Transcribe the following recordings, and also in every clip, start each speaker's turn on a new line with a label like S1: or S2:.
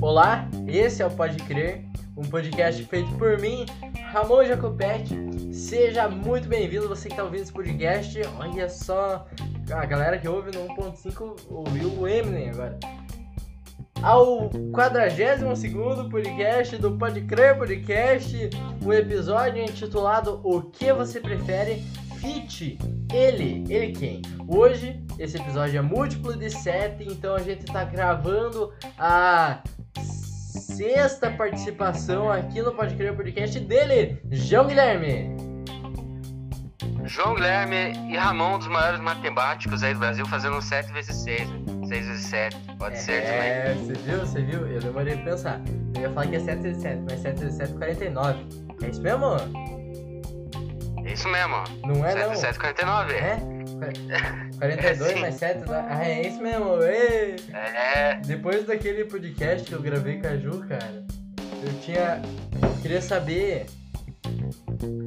S1: Olá, esse é o Pode Crer, um podcast feito por mim, Ramon Jacopetti. Seja muito bem-vindo, você que está ouvindo esse podcast. Olha só, a galera que ouve no 1.5 ouviu o Eminem agora. Ao 42 podcast do Pode Crer Podcast, o episódio intitulado O que você prefere? Fit, ele, ele quem? Hoje, esse episódio é múltiplo de 7, então a gente tá gravando a sexta participação aqui no Pode Crer Podcast dele, João Guilherme.
S2: João Guilherme e Ramon, um dos maiores matemáticos aí do Brasil, fazendo um 7 vezes 6, né? 6 vezes 7, pode ser também.
S1: É, você viu, você viu? Eu demorei pra pensar. Eu ia falar que é 7 vezes 7, mas 7 vezes 7 é 49. É isso mesmo?
S2: É isso mesmo.
S1: Não é
S2: 7
S1: não?
S2: vezes 7, 49.
S1: É? Qua- 42
S2: É, sim.
S1: mais 7, não- ah, é isso mesmo. Ei!
S2: É,
S1: Depois daquele podcast que eu gravei com a Ju, cara, eu tinha. Eu queria saber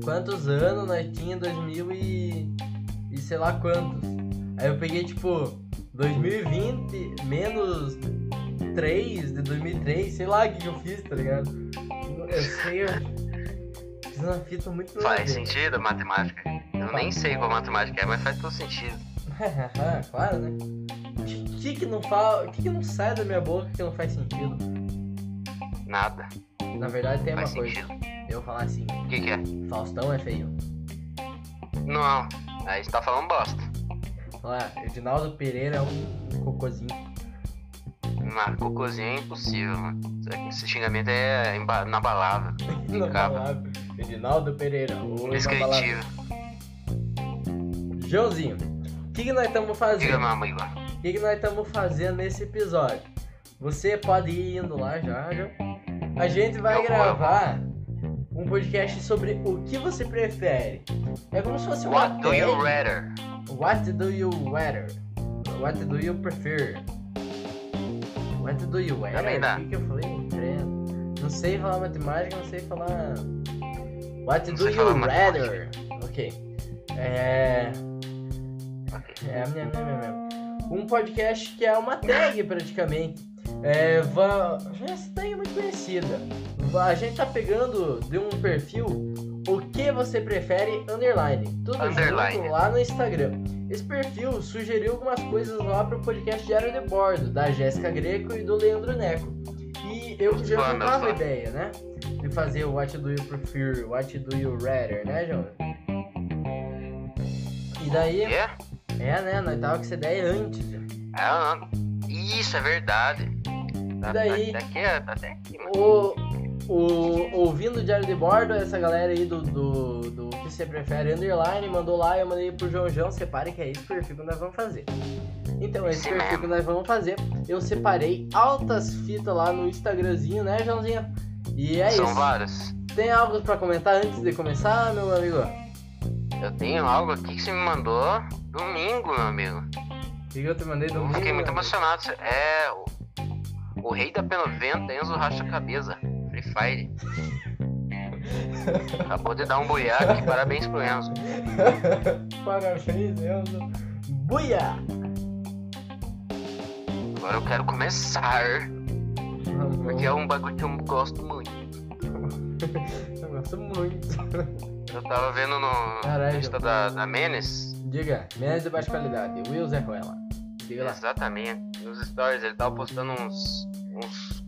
S1: quantos anos nós tinha em 2000 e. e sei lá quantos. Aí eu peguei tipo 2020 menos 3 de 2003, sei lá o que, que eu fiz, tá ligado? Eu sei, eu fiz uma fita muito nada a ver.
S2: faz sentido a matemática. Eu nem sei qual matemática é, mas faz todo sentido.
S1: claro, né? O que, que não fala. O que, que não sai da minha boca que não faz sentido?
S2: Nada,
S1: Na verdade tem É uma
S2: faz
S1: coisa.
S2: sentido.
S1: Eu falar assim,
S2: O que que é?
S1: Faustão é feio.
S2: Não, aí você tá falando bosta.
S1: Falar, Edinaldo Pereira é um cocôzinho.
S2: Não, cocôzinho é impossível, mano. Isso aqui- Esse xingamento é imba- inabalável,
S1: Não falava. Edinaldo Pereira, o
S2: indescritível.
S1: Joãozinho, o que, que nós estamos
S2: Diga,
S1: fazendo?
S2: meu amigo.
S1: O que, que nós estamos fazendo nesse episódio? Você pode ir indo lá já, já. A gente vai
S2: Eu vou, eu vou.
S1: gravar um podcast sobre o que você prefere. É como se fosse uma
S2: What do you
S1: tag.
S2: rather?
S1: What do you wear? What do you prefer? What do you wear?
S2: Também dá.
S1: O que, que eu falei? Credo. Não sei falar matemática, não sei falar. What
S2: Não
S1: do
S2: sei
S1: you
S2: falar
S1: rather? Ok. É.
S2: Ok.
S1: É, minha, minha, minha, minha. Um podcast que é uma tag praticamente. É, va... Essa tag é muito conhecida. Va- A gente tá pegando de um perfil o que você prefere underline. Tudo
S2: Underline.
S1: junto lá no Instagram. Esse perfil sugeriu algumas coisas lá pro podcast Diário de Bordo, da Jéssica Greco e do Leandro Neco. E eu
S2: Meus
S1: já
S2: fã, meus
S1: tava a
S2: fã.
S1: ideia, né? De fazer o What Do You Prefer, What Do You Rather, né, João? E daí...
S2: Yeah?
S1: É, né? Nós tava com essa ideia antes. né?
S2: Ah, não. Isso é verdade. Tá,
S1: daí?
S2: Tá, tá aqui, ó, tá até aqui, mano.
S1: O, o, ouvindo o Diário de Bordo, essa galera aí do, do, do que você prefere underline mandou lá, eu mandei pro João João, separe que é esse perfil que nós vamos fazer. Então, esse
S2: Esse
S1: perfil
S2: mesmo.
S1: que nós vamos fazer, eu separei altas fitas lá no Instagramzinho, né, Joãozinho? E é
S2: São
S1: isso.
S2: vários.
S1: Tem algo pra comentar antes de começar, meu amigo? O
S2: Eu tenho algo aqui que você me mandou domingo, meu amigo.
S1: que que eu te mandei do
S2: Eu
S1: mundo?
S2: fiquei muito emocionado. É o, o rei da P90, Enzo Racha Cabeça. Free Fire. Acabou de dar um boiaque, parabéns pro Enzo.
S1: Parabéns, Enzo. Buia!
S2: Agora eu quero começar, porque é um bagulho que eu gosto muito.
S1: Eu gosto muito.
S2: Eu tava vendo no
S1: Caralho.
S2: Insta da, da Menes,
S1: Diga, menos de baixa qualidade. Will Zé Ruela. Diga lá.
S2: Exatamente. Nos stories ele tava postando uns. uns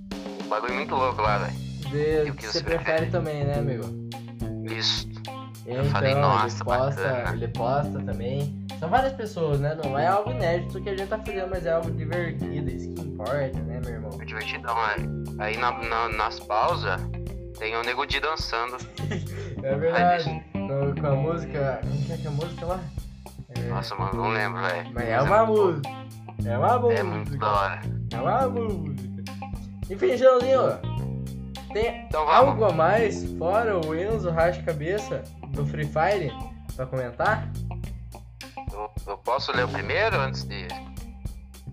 S2: um bagulho muito louco lá, velho.
S1: Vê
S2: E
S1: o
S2: o
S1: que
S2: que
S1: você
S2: você
S1: prefere também, né, amigo?
S2: Isso.
S1: Então,
S2: falei,
S1: ele
S2: nossa,
S1: posta,
S2: bacana.
S1: ele posta também. São várias pessoas, né? Não é algo inédito que a gente tá fazendo, mas é algo divertido, isso que importa, né, meu irmão?
S2: Foi divertidão, né? Aí na, na- nas pausas tem o Nego Di dançando.
S1: É verdade. No- com a música. Como que é que é a música lá? É-
S2: Nossa, mano, não lembro, velho.
S1: Mas é uma música. É uma música.
S2: É muito da hora.
S1: É uma música. Enfim, Joãozinho, tem
S2: Então vamos.
S1: Algo a mais, fora o Enzo Racha Cabeça do Free Fire, pra comentar?
S2: Eu, eu posso ler o primeiro antes de.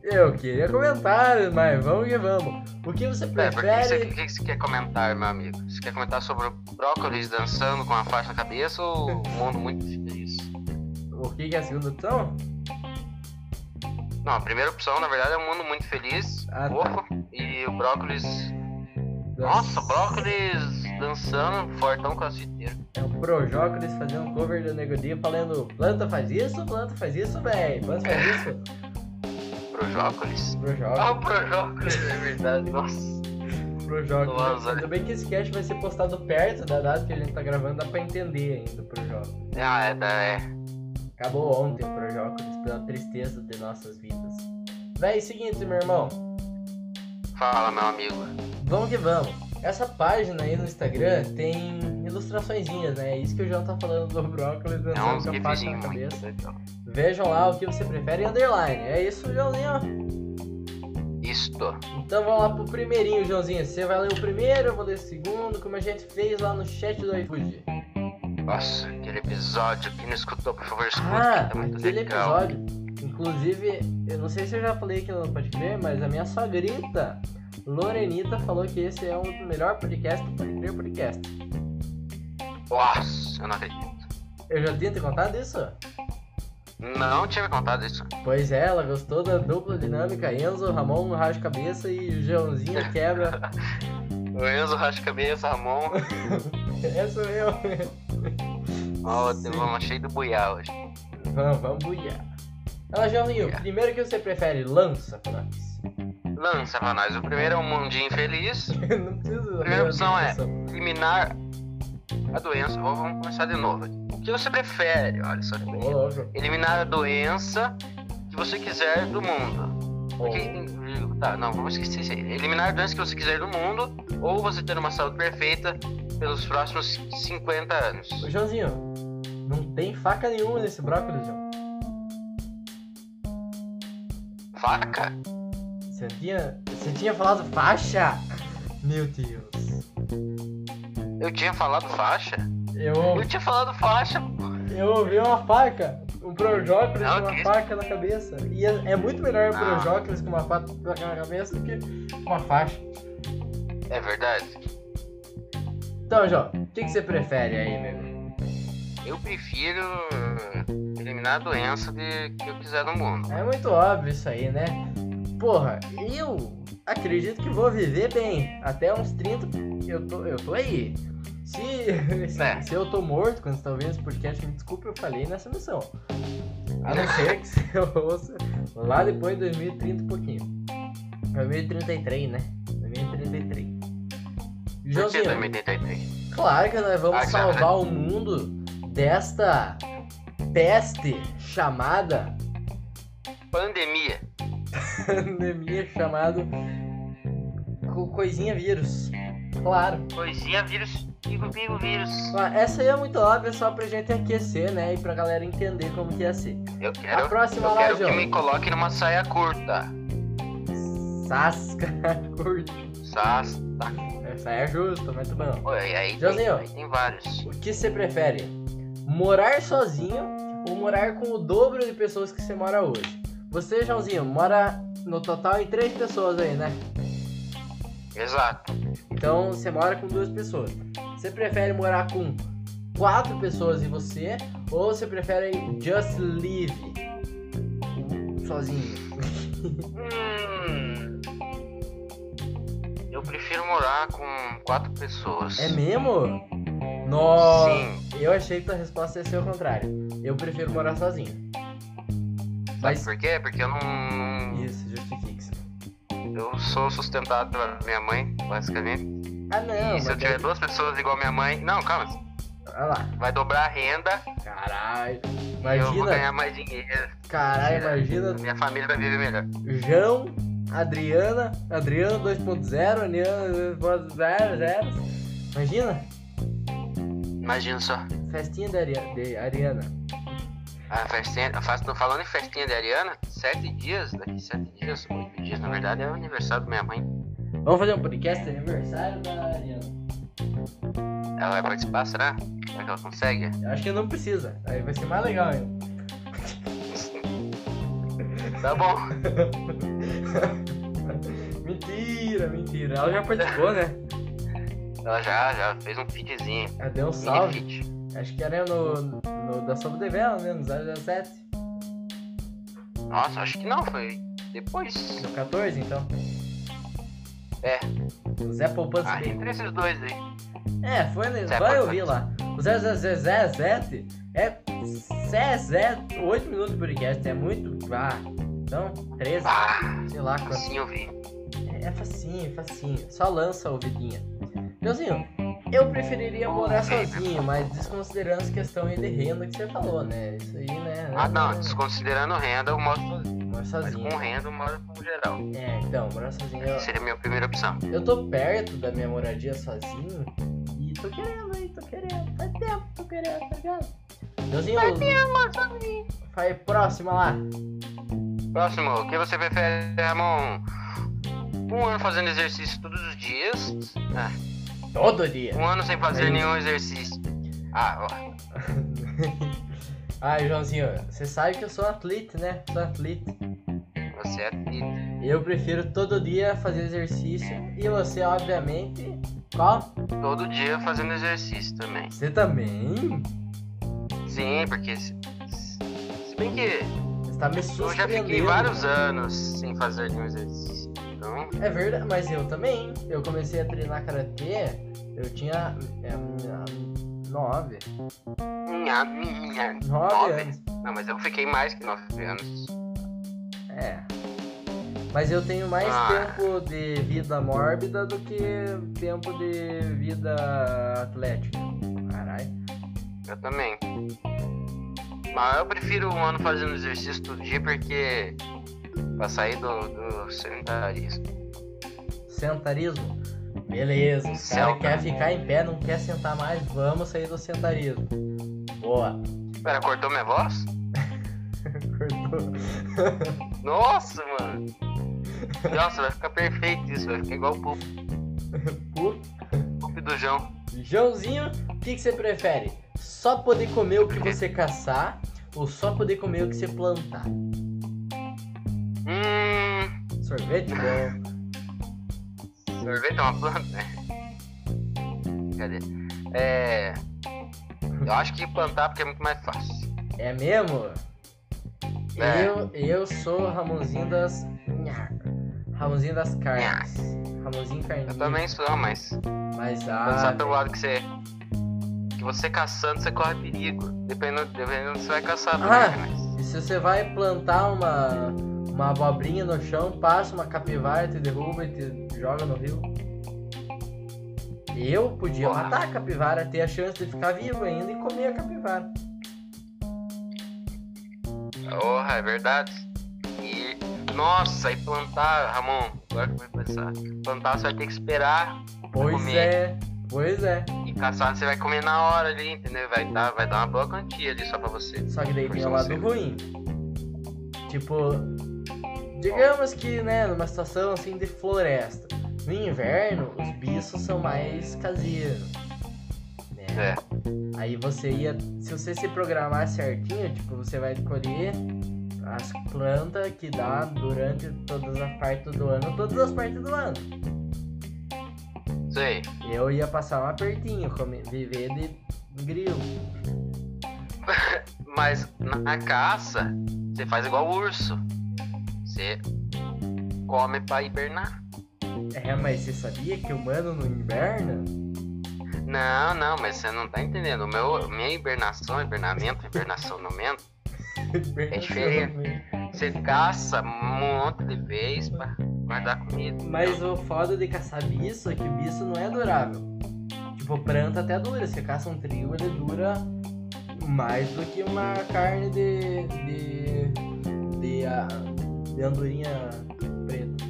S1: Eu queria comentar, mas vamos que vamos. O que você
S2: É, porque que você,
S1: prefere?
S2: que que você quer comentar, meu amigo? Você quer comentar sobre o brócolis dançando com a faixa na cabeça ou o mundo muito feliz?
S1: O que, que é a segunda opção?
S2: Não, a primeira opção, na verdade, é um mundo muito feliz,
S1: Ah, tá.
S2: fofo, e o brócolis Nossa, brócolis dançando, fortão crossfiteiro.
S1: É o Projócolis fazendo um cover do Nego Di falando planta faz isso, planta faz isso, véi, planta faz isso.
S2: Projócolis.
S1: Projócolis,
S2: Ah, o Projócolis, é verdade. Nossa.
S1: Projócolis.
S2: Nossa.
S1: Ainda bem que esse cast vai ser postado perto da data que a gente tá gravando, dá pra entender ainda o Projócolis.
S2: Ah, é, da- é.
S1: Acabou ontem o Projócolis, pela tristeza de nossas vidas. Véi, é seguinte, meu irmão,
S2: Fala, meu amigo.
S1: Vamos que vamos. Essa página aí no Instagram tem ilustraçõezinhas, né? É Isso que o João tá falando do brócolis né?
S2: É
S1: dançando
S2: uns
S1: com a faca na
S2: gifzinhos muito. né,
S1: cabeça.
S2: então. legal.
S1: Vejam lá o que você prefere e underline. É isso, Joãozinho.
S2: Isto.
S1: Então vamos lá pro primeirinho, Joãozinho. Você vai ler o primeiro, eu vou ler o segundo, como a gente fez lá no chat do iFood.
S2: Nossa, aquele episódio. Quem não escutou, por favor, escuta.
S1: Ah,
S2: que tá muito
S1: aquele
S2: legal.
S1: episódio. Inclusive, eu não sei se eu já falei aqui no Pode Crer, mas a minha sogrita, Lorenita, falou que esse é um do melhor podcast do Pode Crer Podcast.
S2: Nossa, eu não acredito.
S1: Eu já tinha te contado isso?
S2: Não tinha me contado isso.
S1: Pois é, ela gostou da dupla dinâmica Enzo, Ramon racha cabeça e o Joãozinho quebra.
S2: O Enzo rasca a cabeça, Ramon.
S1: Essa é eu.
S2: Ó,
S1: Sim.
S2: vamos cheio do buiá hoje.
S1: Vamos, vamos buiar. Ela, Joãozinho,
S2: Buiar.
S1: primeiro que você prefere, lança pra nós.
S2: Lança pra nós. O primeiro é um mundinho infeliz.
S1: Não precisa.
S2: Primeira opção é eliminar a doença. Ó, Vamos começar de novo. aqui. O que você prefere? Olha só que
S1: Ô,
S2: bonito.
S1: louco.
S2: Eliminar a doença que você quiser do mundo. Porque,
S1: Ô,
S2: tá, não, vamos esquecer. isso aí. Eliminar a doença que você quiser do mundo ou você ter uma saúde perfeita pelos próximos 50 anos.
S1: Ô, Joãozinho, não tem faca nenhuma nesse brócolis, João.
S2: Faca?
S1: Você tinha, você tinha falado faixa? Meu Deus.
S2: Eu tinha falado faixa?
S1: Eu,
S2: Eu tinha falado faixa.
S1: eu ouvi uma faca. Um Projócolis
S2: Não,
S1: com uma
S2: que isso?
S1: faca na cabeça. E é, é muito melhor o
S2: Ah.
S1: Projócolis com uma faca na cabeça do que uma faixa.
S2: É verdade.
S1: Então, João, o que, que você prefere aí, meu? irmão?
S2: Eu prefiro eliminar a doença de, que eu quiser no mundo.
S1: É muito óbvio isso aí, né? Porra, eu acredito que vou viver bem. Até uns 30, eu tô, eu tô aí. Se, se,
S2: É.
S1: se eu tô morto quando você tá ouvindo esse podcast, me desculpa, eu falei nessa missão. A não ser que você ouça lá depois de 2030 e um pouquinho. 2033, né? 2033.
S2: Por que
S1: Joãozinho,
S2: 2033?
S1: Claro que nós vamos
S2: Ah, cara.
S1: salvar o mundo desta peste chamada
S2: Pandemia.
S1: pandemia chamado co- coisinha vírus. Claro.
S2: Coisinha, vírus, pigo, pigo, vírus.
S1: Ah, Essa aí é muito óbvia só pra gente aquecer, né? E pra galera entender como que ia ser.
S2: Eu
S1: A
S2: quero,
S1: próxima
S2: eu quero
S1: lá,
S2: que
S1: João.
S2: me coloque numa saia curta.
S1: Sasca. curta.
S2: Sas.
S1: Essa aí é justa, muito bom.
S2: Oi, aí, tem,
S1: Joãozinho.
S2: aí tem vários.
S1: O que você prefere? Morar sozinho ou morar com o dobro de pessoas que você mora hoje? Você, Joãozinho, mora no total em três pessoas aí, né?
S2: Exato.
S1: Então você mora com duas pessoas. Você prefere morar com quatro pessoas e você? Ou você prefere just live? Sozinho.
S2: Hum, eu prefiro morar com quatro pessoas.
S1: É mesmo? Nossa!
S2: Sim.
S1: Eu achei que tua resposta ia ser o contrário. Eu prefiro morar sozinho. Mas.
S2: Por quê? Porque eu não.
S1: Isso, justifique-se.
S2: Eu sou sustentado pela minha mãe, basicamente.
S1: Ah, não,
S2: E se eu
S1: mas.
S2: tiver
S1: daí-
S2: duas pessoas igual minha mãe. Não, calma.
S1: Olha lá.
S2: Vai dobrar a renda
S1: Caralho.
S2: e eu vou
S1: Imagina.
S2: ganhar mais dinheiro.
S1: Caralho, imagina
S2: Minha família vai viver melhor.
S1: João, Adriana, Adriano 2.0, Adriano 2.0. Imagina,
S2: Imagina só.
S1: festinha da Ari- de Ariana.
S2: A Ah, festinha. a festa- tô falando em festinha de Ariana, sete dias, daqui sete dias, oito dias, na verdade, é o aniversário da minha mãe.
S1: Vamos fazer um podcast de aniversário da Ariana.
S2: Ela vai participar, será? Será que ela consegue?
S1: Eu acho que não precisa, aí vai ser mais legal ainda.
S2: Tá bom.
S1: Mentira, mentira. Ela já participou, né?
S2: Ela já, já fez um fitzinho.
S1: Ela deu um
S2: Mini
S1: salve.
S2: fit.
S1: Acho que era no, no da Sob Devela, né? No 017.
S2: Nossa, acho que não, foi depois.
S1: No 14, então.
S2: É.
S1: O Zé Poupança.
S2: Ah, entre esses dois aí.
S1: É, foi no. Vai
S2: Zé Poupança.
S1: ouvir lá. O Zé Zé Zé Zé Zé é. Zé Zé, 8 minutos de podcast, é muito. Ah, então, 13,
S2: Ah,
S1: sei lá quanto.
S2: assim eu vi.
S1: É facinho, facinho. Só lança o vidinha. Deusinho, eu preferiria morar
S2: né,
S1: sozinho, mas desconsiderando essa questão aí de renda que você falou, né? Isso aí, né?
S2: Ah, não, desconsiderando renda, eu moro sozinho.
S1: Morar
S2: Mas
S1: sozinho.
S2: com renda, eu moro com geral.
S1: É, então, morar sozinho. Eu,
S2: Seria a minha primeira opção.
S1: eu tô perto da minha moradia sozinho e tô querendo, hein? Tô querendo. Faz tempo, que tô querendo, tá ligado? Deusinho, faz tempo, sozinho. Faz próxima lá.
S2: Próximo, o que você prefere, Ramon? Um ano fazendo exercício todos os dias. Ah,
S1: Todo dia.
S2: um ano sem fazer nenhum exercício. Ah, ó.
S1: Ai, Joãozinho, você sabe que eu sou atleta, né? Sou atleta.
S2: Você é atleta.
S1: Eu prefiro todo dia fazer exercício e você, obviamente, qual?
S2: Todo dia fazendo exercício também.
S1: Você também?
S2: Sim, porque. Se se bem que
S1: Você tá me
S2: eu já
S1: surpreendendo.
S2: fiquei vários anos sem fazer nenhum exercício. Então,
S1: É verdade, mas eu também. Eu comecei a treinar karatê, eu tinha é, minha- nove,
S2: minha, minha.
S1: nove
S2: Nove?
S1: anos.
S2: Não, mas eu fiquei mais que nove anos.
S1: É. Mas eu tenho mais
S2: Ah.
S1: tempo de vida mórbida do que tempo de vida atlética. Caralho.
S2: Eu também. Mas eu prefiro um ano fazendo exercício todo dia porque. Pra sair do, do sedentarismo.
S1: Sentarismo. Beleza, o cara
S2: Senta.
S1: quer ficar em pé, não quer sentar mais, vamos sair do sentarismo. Boa.
S2: Pera, cortou minha voz?
S1: Cortou.
S2: Nossa, mano! Nossa, vai ficar perfeito isso, vai ficar igual o pup,
S1: Puta.
S2: pup do João.
S1: Joãozinho, o que, que você prefere? Só poder comer o que você caçar ou só poder comer o que você plantar?
S2: Hum.
S1: Sorvete bom.
S2: Sorvete é uma planta, né? Cadê? É. Eu acho que plantar porque é muito mais fácil.
S1: É mesmo?
S2: É.
S1: Eu, eu sou o Ramonzinho das. Nhar. Ramonzinho das carnes. Ramonzinho carninho.
S2: Eu também sou, mas.
S1: Mas
S2: Pensar
S1: ah,
S2: pelo lado que você. Que você caçando, você corre perigo. Dependendo, dependendo do que você vai caçar
S1: Ah.
S2: também, né?
S1: e se você vai plantar uma, uma abobrinha no chão, passa uma capivara, te derruba e te joga no rio. Eu podia
S2: Porra.
S1: matar a capivara, ter a chance de ficar vivo ainda e comer a capivara.
S2: Mas... Porra, é verdade. E. Nossa, e plantar, Ramon, agora que eu vou pensar. Plantar você vai ter que esperar
S1: Pois
S2: comer.
S1: é, pois é.
S2: e caçar você vai comer na hora ali, entendeu? Vai dar, vai dar uma boa quantia ali só pra você.
S1: Só que daí tem o
S2: Porção
S1: lado
S2: seca.
S1: ruim. Tipo, digamos que, né, numa situação assim de floresta. No inverno, os bichos são mais caseiros. Né?
S2: É.
S1: Aí você ia. Se você se programar certinho, tipo, você vai colher as plantas que dá durante todas as partes do ano, todas as partes do ano.
S2: Sei.
S1: Eu ia passar um apertinho, comer, viver de grilo.
S2: Mas na caça, você faz igual o urso. Você come pra hibernar.
S1: É, mas você sabia que humano no inverno?
S2: Não, não, mas você não tá entendendo. O meu, minha hibernação, hibernamento, hibernacionamento,
S1: É
S2: diferente. você caça um monte de vez pra guardar comida.
S1: Mas o foda de caçar bicho é que o bicho não é durável. Tipo, planta até dura. Você caça um trio, ele dura mais do que uma carne de. de. de, a, de andorinha preta.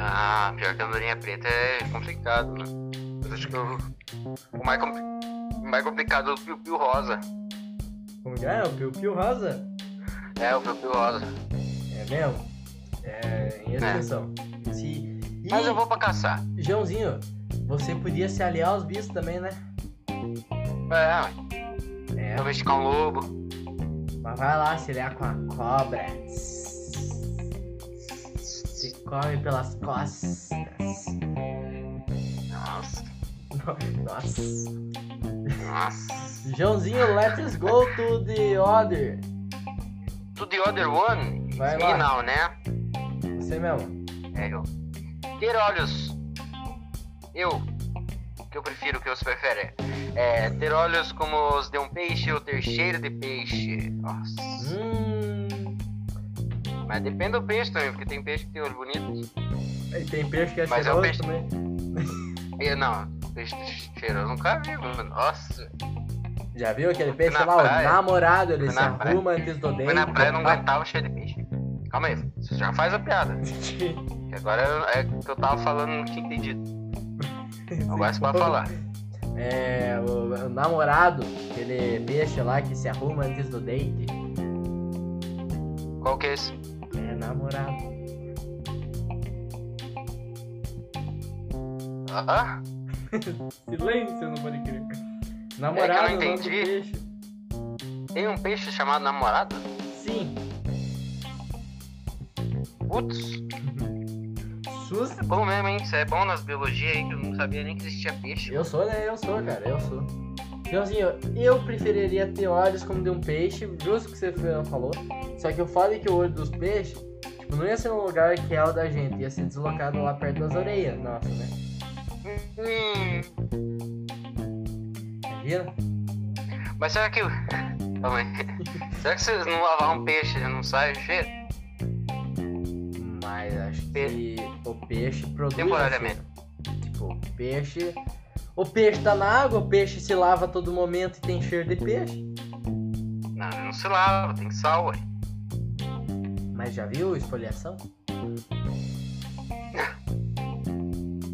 S2: Ah, pior que a andorinha preta é complicado, né? Eu acho que o, o mais, compli- o mais complicado é o piu-piu rosa.
S1: Como que é? O piu-piu rosa?
S2: É, o piu-piu rosa.
S1: É mesmo? É, em extensão. Se... E,
S2: Mas eu vou pra caçar.
S1: Joãozinho, você podia se aliar aos bichos também, né?
S2: É,
S1: É,
S2: eu vou esticar um lobo.
S1: Mas vai lá se olhar com a cobra. Se come pelas costas.
S2: Nossa,
S1: Nossa.
S2: nossa.
S1: Joãozinho, let's go to the other.
S2: To the other one,
S1: Vai
S2: it's
S1: lá.
S2: me now, né?
S1: Você mesmo.
S2: É, eu. Ter olhos Eu, que eu prefiro, que os prefere, é ter olhos como os de um peixe ou ter cheiro de peixe. Nossa.
S1: Hum.
S2: Mas depende do peixe também, porque tem peixe que tem olho bonito.
S1: E tem peixe que é
S2: Mas é
S1: cheiroso
S2: um peixe-
S1: também.
S2: E, não, peixe cheiroso eu nunca vi, mano. Nossa.
S1: Já viu aquele peixe
S2: na
S1: lá, o
S2: praia.
S1: namorado, ele
S2: Fui
S1: se
S2: na praia.
S1: arruma antes do dente. tá?
S2: Fui na praia eu não
S1: pá.
S2: aguentava o cheiro de peixe. Calma aí, você já faz a piada. Que Agora é o que eu tava falando, não tinha entendido. Agora você pode falar.
S1: É, o, o namorado, aquele peixe lá que se arruma antes do date.
S2: Qual que é esse?
S1: É namorado.
S2: Ah,
S1: Silêncio, não pode crer.
S2: É
S1: Namorado,
S2: que
S1: o nome
S2: eu não
S1: do
S2: entendi.
S1: peixe.
S2: tem um peixe chamado namorado?
S1: Sim.
S2: Putz,
S1: Sus.
S2: é bom mesmo, hein? Isso é bom nas biologias aí, que eu não sabia nem que existia peixe.
S1: Eu sou, né? Eu sou, cara. Eu sou. Então, assim, eu, eu preferiria ter olhos como de um peixe, justo o que você falou. Só que eu falei que o olho dos peixes, tipo, não ia ser um lugar que é o da gente, ia ser deslocado lá perto das orelhas. Nossa, né?
S2: Hum,
S1: Imagina?
S2: mas será que. Calma aí. Será que se não lavar um peixe não sai o cheiro?
S1: Mas acho que o peixe produz.
S2: Temporariamente.
S1: assim, Tipo, o peixe. O peixe tá na água, o peixe se lava a todo momento e tem cheiro de peixe.
S2: Não, não se lava, tem sal, ué.
S1: Mas já viu a esfoliação?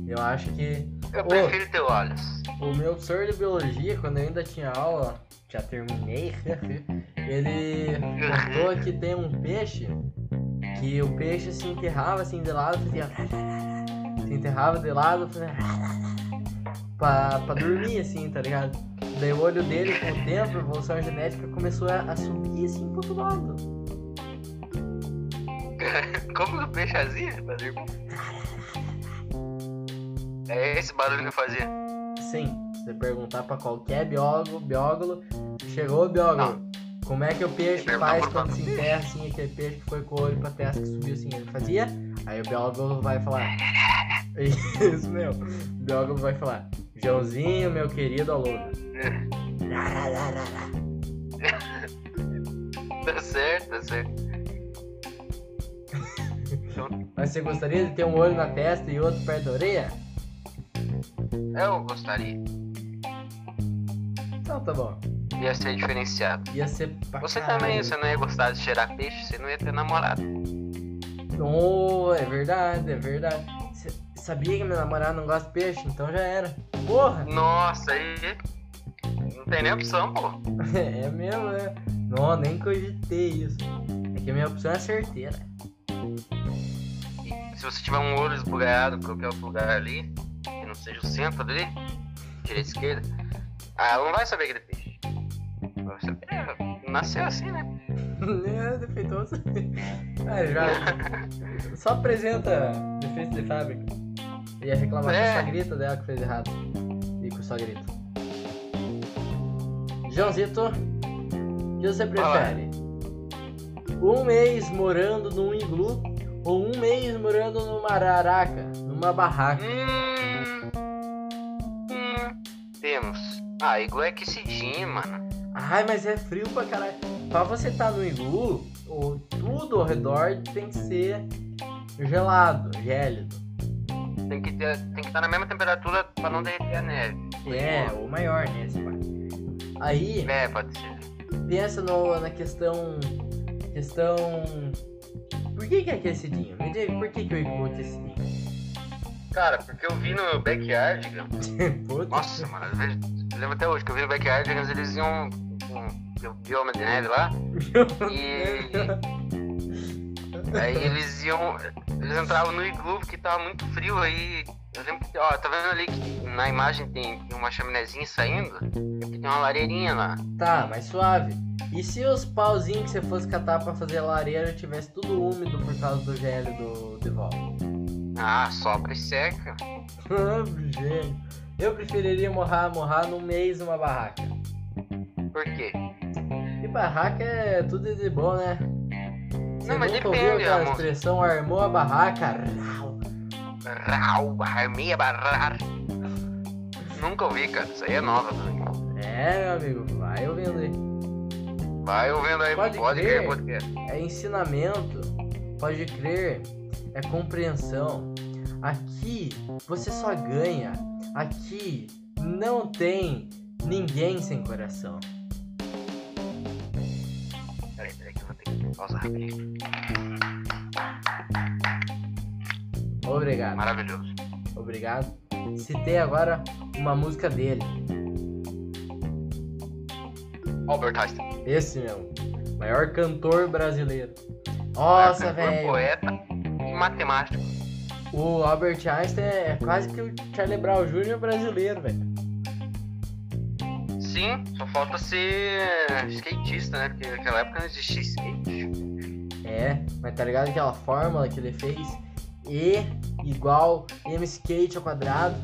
S1: Eu acho que
S2: Eu
S1: Ô.
S2: prefiro ter olhos.
S1: O meu professor de biologia, quando eu ainda tinha aula, já terminei, ele contou que tem um peixe que o peixe se enterrava assim de lado, fazia. Se enterrava de lado, fazia. Pra, pra dormir assim, tá ligado? Daí o olho dele, com o tempo, a evolução genética começou a, a subir assim pro outro lado.
S2: Como que o peixe fazia, pra dormir? É esse barulho que eu fazia.
S1: Sim, se você perguntar pra qualquer biólogo, biólogo, chegou o biólogo. Como é que o peixe
S2: Tem que
S1: faz
S2: perguntar pro
S1: quando se
S2: próprio
S1: enterra assim, aquele peixe que foi com o olho pra testa que subiu assim, ele fazia? Aí o biólogo vai falar. Isso meu. O biólogo vai falar. Joãozinho, meu querido aluno.
S2: Tá certo, tá certo. Então,
S1: Mas você gostaria de ter um olho na testa e outro perto da orelha?
S2: Eu gostaria.
S1: Então tá bom.
S2: Ia ser diferenciado.
S1: Ia ser pra
S2: Você
S1: caralho.
S2: também, você não ia gostar de cheirar peixe, você não ia ter namorado.
S1: Oh, é verdade, é verdade. Cê sabia que meu namorado não gosta de peixe? Então já era. Porra!
S2: Nossa, aí. Não tem nem opção, pô.
S1: É mesmo, né? Não, nem cogitei isso. É que a minha opção é certeira.
S2: E se você tiver um olho esbugalhado em qualquer outro lugar ali, que não seja o centro ali, direita e esquerda, ah, ela não vai saber que é de peixe. Ela Vai saber, é, nasceu assim, né?
S1: é defeitoso.
S2: É.
S1: Ah, já. Só apresenta defeito de fábrica. E a reclamação
S2: É.
S1: só grita dela que fez errado. E com só grito. Joãozito, o que você
S2: Fala.
S1: prefere? Um mês morando num iglu ou um mês morando numa araraca, numa barraca?
S2: Hum, hum, temos. Ah, igual é que se diz, mano.
S1: Ai, mas é frio pra caralho. Pra você estar no iglu, o- tudo ao redor tem que ser gelado, gélido.
S2: Tem que, ter, tem que estar na mesma temperatura pra não derreter a neve.
S1: É, ou maior, né? esse pá. Aí,
S2: É, pode ser.
S1: pensa no- na questão. Questão. Por que, que é aquecidinho? Me diga, por que, que o iglu é aquecidinho?
S2: Cara, porque eu vi no Backyard, cara.
S1: Puta.
S2: nossa, mano, eu vejo- eu lembro até hoje que eu vi no Backyard, eles iam com o bioma de neve lá, e aí eles iam, eles entravam no iglu porque tava muito frio, aí eu lembro que, ó, tá vendo ali que na imagem tem tem uma chaminézinha saindo, e tem uma lareirinha lá.
S1: Tá, mas suave. E se os pauzinhos que você fosse catar pra fazer lareira tivesse tudo úmido por causa do gelo do Devolve?
S2: Ah, sopra e seca.
S1: Gênio. Eu preferiria morrar, morrar num mês numa barraca.
S2: Por quê?
S1: E barraca é tudo de bom, né? Você
S2: Não, mas
S1: nunca
S2: depende,
S1: ouviu aquela
S2: amor.
S1: expressão armou a barraca? Rau.
S2: Rau, armei a barrar. nunca ouvi, cara. Isso aí é nova também.
S1: É, meu amigo, vai ouvindo aí.
S2: Vai ouvindo aí,
S1: Pode
S2: pode, pode
S1: crer.
S2: crer, pode crer.
S1: É ensinamento, pode crer, é compreensão. Aqui você só ganha. Aqui não tem ninguém sem coração.
S2: Peraí, peraí, que eu vou ter que pausar rapidinho.
S1: Obrigado,
S2: tá Maravilhoso.
S1: obrigado. Citei agora uma música dele.
S2: Albert Einstein.
S1: Esse mesmo. Maior cantor brasileiro.
S2: É,
S1: Nossa,
S2: cantor,
S1: velho.
S2: Poeta e matemático.
S1: O Albert Einstein é quase que o Charlie Brown Jr. brasileiro, velho.
S2: Sim, só falta ser skatista, né? Porque naquela época não existia skate.
S1: É, mas tá ligado aquela fórmula que ele fez? E igual M skate ao quadrado.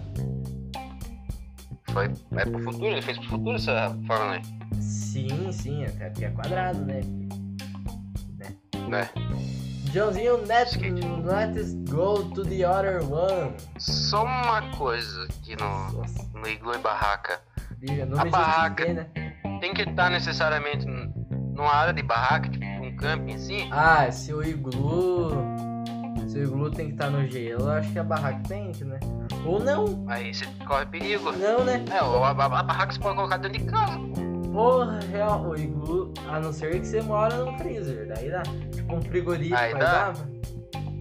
S2: Foi é pro futuro, ele fez pro futuro essa né? fórmula aí.
S1: Sim, sim, até porque é quadrado, né? É.
S2: Né?
S1: Joãozinho, let,
S2: Skate.
S1: let's go to the other one.
S2: Só uma coisa aqui no,
S1: Nossa,
S2: no iglu e barraca.
S1: diga, não
S2: A
S1: me
S2: barraca.
S1: justifiquei, né?
S2: Tem que estar necessariamente n- numa área de barraca, tipo um camping assim.
S1: Ah, se o iglu. Se o iglu tem que estar no gelo, eu acho que a barraca tem que, né? Ou não,
S2: Aí você corre perigo.
S1: não, né?
S2: É, o- a, a- a barraca você pode colocar dentro de casa.
S1: Porra, real, o iglu, a não ser que você mora num freezer, daí dá. Tipo um frigorífico,
S2: Aí dá.
S1: dava.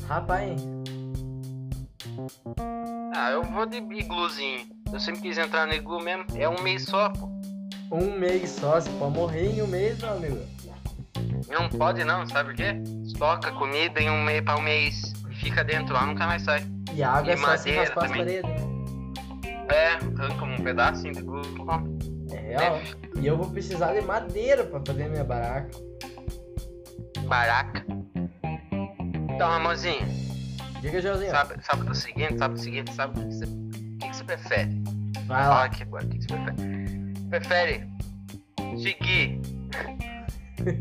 S1: Rapaz,
S2: Ah, eu vou de igluzinho. Eu sempre quis entrar no iglu mesmo. É um mês só, pô.
S1: um mês só, você pode morrer em um mês, meu amigo.
S2: Não pode não, sabe por quê? Estoca comida em um mês pra um mês e fica dentro lá, nunca mais sai.
S1: E a água
S2: E
S1: é só se
S2: madeira
S1: raspar as
S2: também.
S1: paredes. né?
S2: É, arranca um pedacinho do iglu. e come.
S1: É
S2: Né?
S1: real. E eu vou precisar de madeira pra fazer minha barraca.
S2: Baraca. Então, Ramonzinho,
S1: Diga, Joãozinho.
S2: sabe, sabe o seguinte, sabe o seguinte, sabe o que você, o que que você prefere?
S1: Vai
S2: Fala
S1: Ah lá.
S2: aqui agora, o que que você prefere? Prefere seguir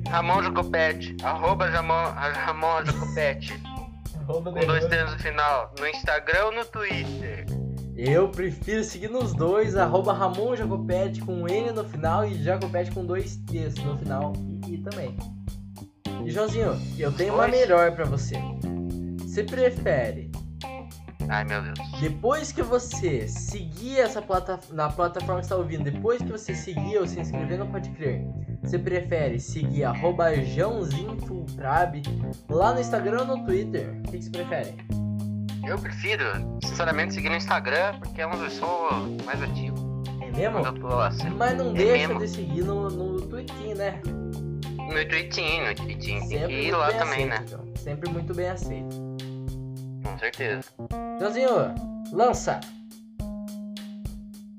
S2: Ramon Jacopete, arroba Jamon- Ramon Jacopete,
S1: Arroba
S2: com dois
S1: Negão.
S2: T's no final, no Instagram ou no Twitter?
S1: Eu prefiro seguir nos dois, arroba Ramon Jacopete com um N no final e Jacopete com dois T's no final e, I também. E Joãozinho, eu tenho uma
S2: Dois?
S1: melhor pra você. Você prefere,
S2: Ai, meu Deus.
S1: depois que você seguir essa plataforma, na plataforma que está ouvindo, depois que você seguir ou se inscrever no Pode Crer, você prefere seguir arroba Joãozinho Fultrab lá no Instagram ou no Twitter? O que que você prefere?
S2: Eu prefiro, sinceramente, seguir no Instagram, porque é onde eu sou mais ativo.
S1: É mesmo?
S2: Quando eu tô assim.
S1: Mas não
S2: É
S1: deixa
S2: mesmo.
S1: de seguir no, no Twitter, né?
S2: No Twittinho, no Twittinho. Tem que
S1: Sempre
S2: ir
S1: muito
S2: lá
S1: bem
S2: também,
S1: aceito,
S2: né?
S1: João. Sempre muito bem aceito.
S2: Com certeza.
S1: Joãozinho, lança!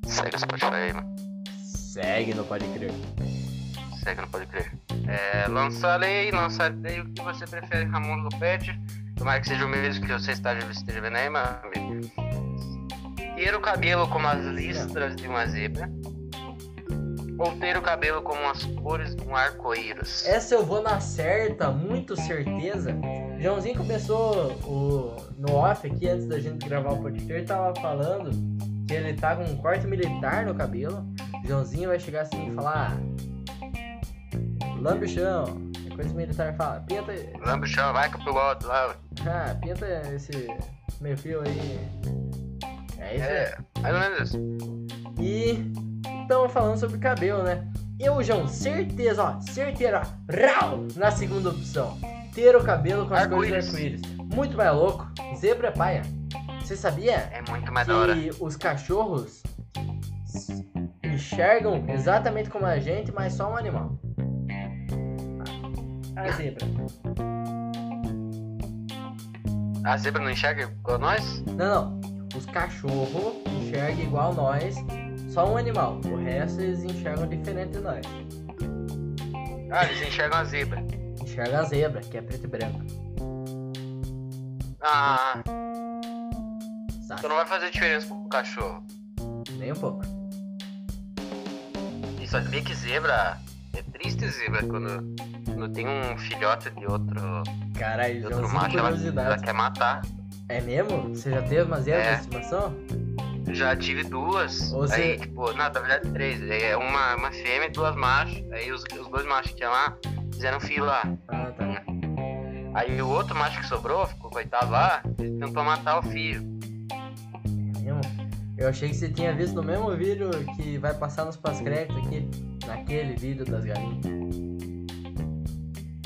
S2: Segue o Spotify aí, mano.
S1: Segue, não pode crer.
S2: Segue, não pode crer. É, lançarei, lançarei o que você prefere, Ramon Lopete. Tomara que seja o mesmo que você está, esteja vendo aí, meu amigo. Ter o cabelo como as listras de uma zebra. Ou ter o cabelo como as cores de um arco-íris.
S1: Essa eu vou na certa, muito certeza. Joãozinho começou o, no off aqui, antes da gente gravar o podcast, ele tava falando que ele tá com um corte militar no cabelo. Joãozinho vai chegar assim e falar... "Ah, Lambe o chão. É coisa que o militar fala. Pinta,
S2: Lambe o chão, vai com o piloto lá.
S1: ah, pinta esse meio fio aí. É isso aí.
S2: É, mais ou menos isso.
S1: E estamos falando sobre cabelo, né? Eu, João, certeza, ó, certeira, ó, rau, na segunda opção. Ter o cabelo com as cores do
S2: Arco-íris.
S1: arco-íris. Muito mais louco. Zebra é paia. Você sabia
S2: É muito mais da hora.
S1: que os cachorros s- enxergam exatamente como a gente, mas só um animal? Ah, A a zebra.
S2: A zebra não enxerga igual nós?
S1: Não, não. Os cachorros enxergam igual nós, só um animal. O resto eles enxergam diferente de nós.
S2: Ah, eles enxergam a zebra.
S1: Enxerga a zebra, que é preto e branco.
S2: Ah,
S1: Sabe?
S2: então não vai fazer diferença pro cachorro.
S1: Nem um pouco.
S2: E sabia que zebra é triste zebra quando, quando tem um filhote de outro,
S1: Caralho,
S2: de
S1: João,
S2: outro
S1: sem
S2: macho, ela, ela
S1: curiosidade.
S2: quer matar.
S1: É mesmo? Você já teve uma zebra
S2: né? É.
S1: de estimação?
S2: Já tive duas.
S1: Ou
S2: aí,
S1: seja-
S2: tipo, não, na verdade três. É uma, uma fêmea e duas machos. Aí os, os dois machos que tinha lá fizeram fila.
S1: Ah, tá.
S2: Aí o outro macho que sobrou, ficou coitado lá, ele tentou matar o filho.
S1: É Mesmo? Eu achei que você tinha visto no mesmo vídeo que vai passar nos pós-créditos aqui, naquele vídeo das galinhas.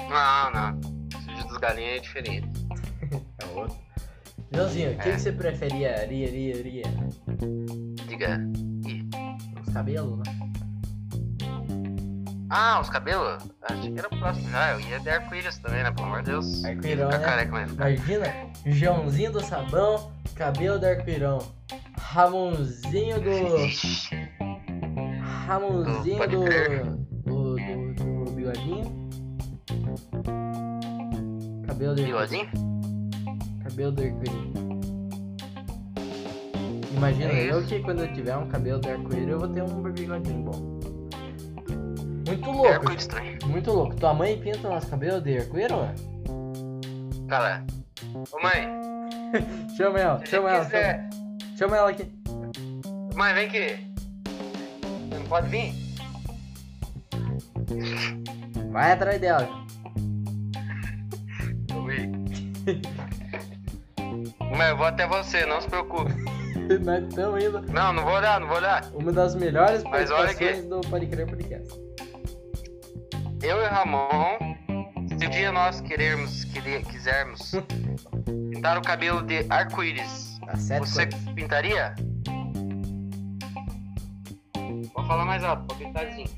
S2: Não, não. O vídeo dos galinhas é diferente.
S1: É outro. Joãozinho, o que,
S2: É.
S1: que você preferia? Ria, ria, ria.
S2: Diga.
S1: Os cabelos, né?
S2: Ah, os cabelos? Achei que era o próximo já. Eu ia de arco-íris também, né? Pelo amor de Deus.
S1: Arco-íris,
S2: Fica
S1: né?
S2: careca mesmo.
S1: Imagina, Joãozinho do sabão, cabelo do arco-irão. Ramonzinho do.
S2: Ixi,
S1: Ramonzinho
S2: Pode crer.
S1: do. Do, do, do bigodinho. Cabelo do
S2: Bigodinho?
S1: Cabelo do arco-íris. Imagina
S2: É
S1: eu
S2: isso.
S1: que quando eu tiver um cabelo do arco-íris eu vou ter um bigodinho bom. Muito
S2: É
S1: louco,
S2: arco-íris também.
S1: muito louco. Tua mãe pinta nosso cabelo de arco-íris? mano?
S2: Cara. Ô mãe,
S1: Chama ela,
S2: se
S1: chama ela, chama,
S2: quiser.
S1: chama ela aqui.
S2: Mãe, vem aqui. Você não pode vir?
S1: Vai atrás dela.
S2: Eu vim. Mãe, eu vou até você, não se preocupe.
S1: Nós estamos indo.
S2: Não, não vou olhar, não vou olhar.
S1: Uma das melhores
S2: Mas olha
S1: participações do Pode Crer Podcast.
S2: Eu e Ramon, se um dia nós querermos, querer, quisermos pintar o cabelo de arco-íris,
S1: Tá certo?
S2: você
S1: Cláudio?
S2: pintaria? Vou assim. falar mais alto, pra pintadinho.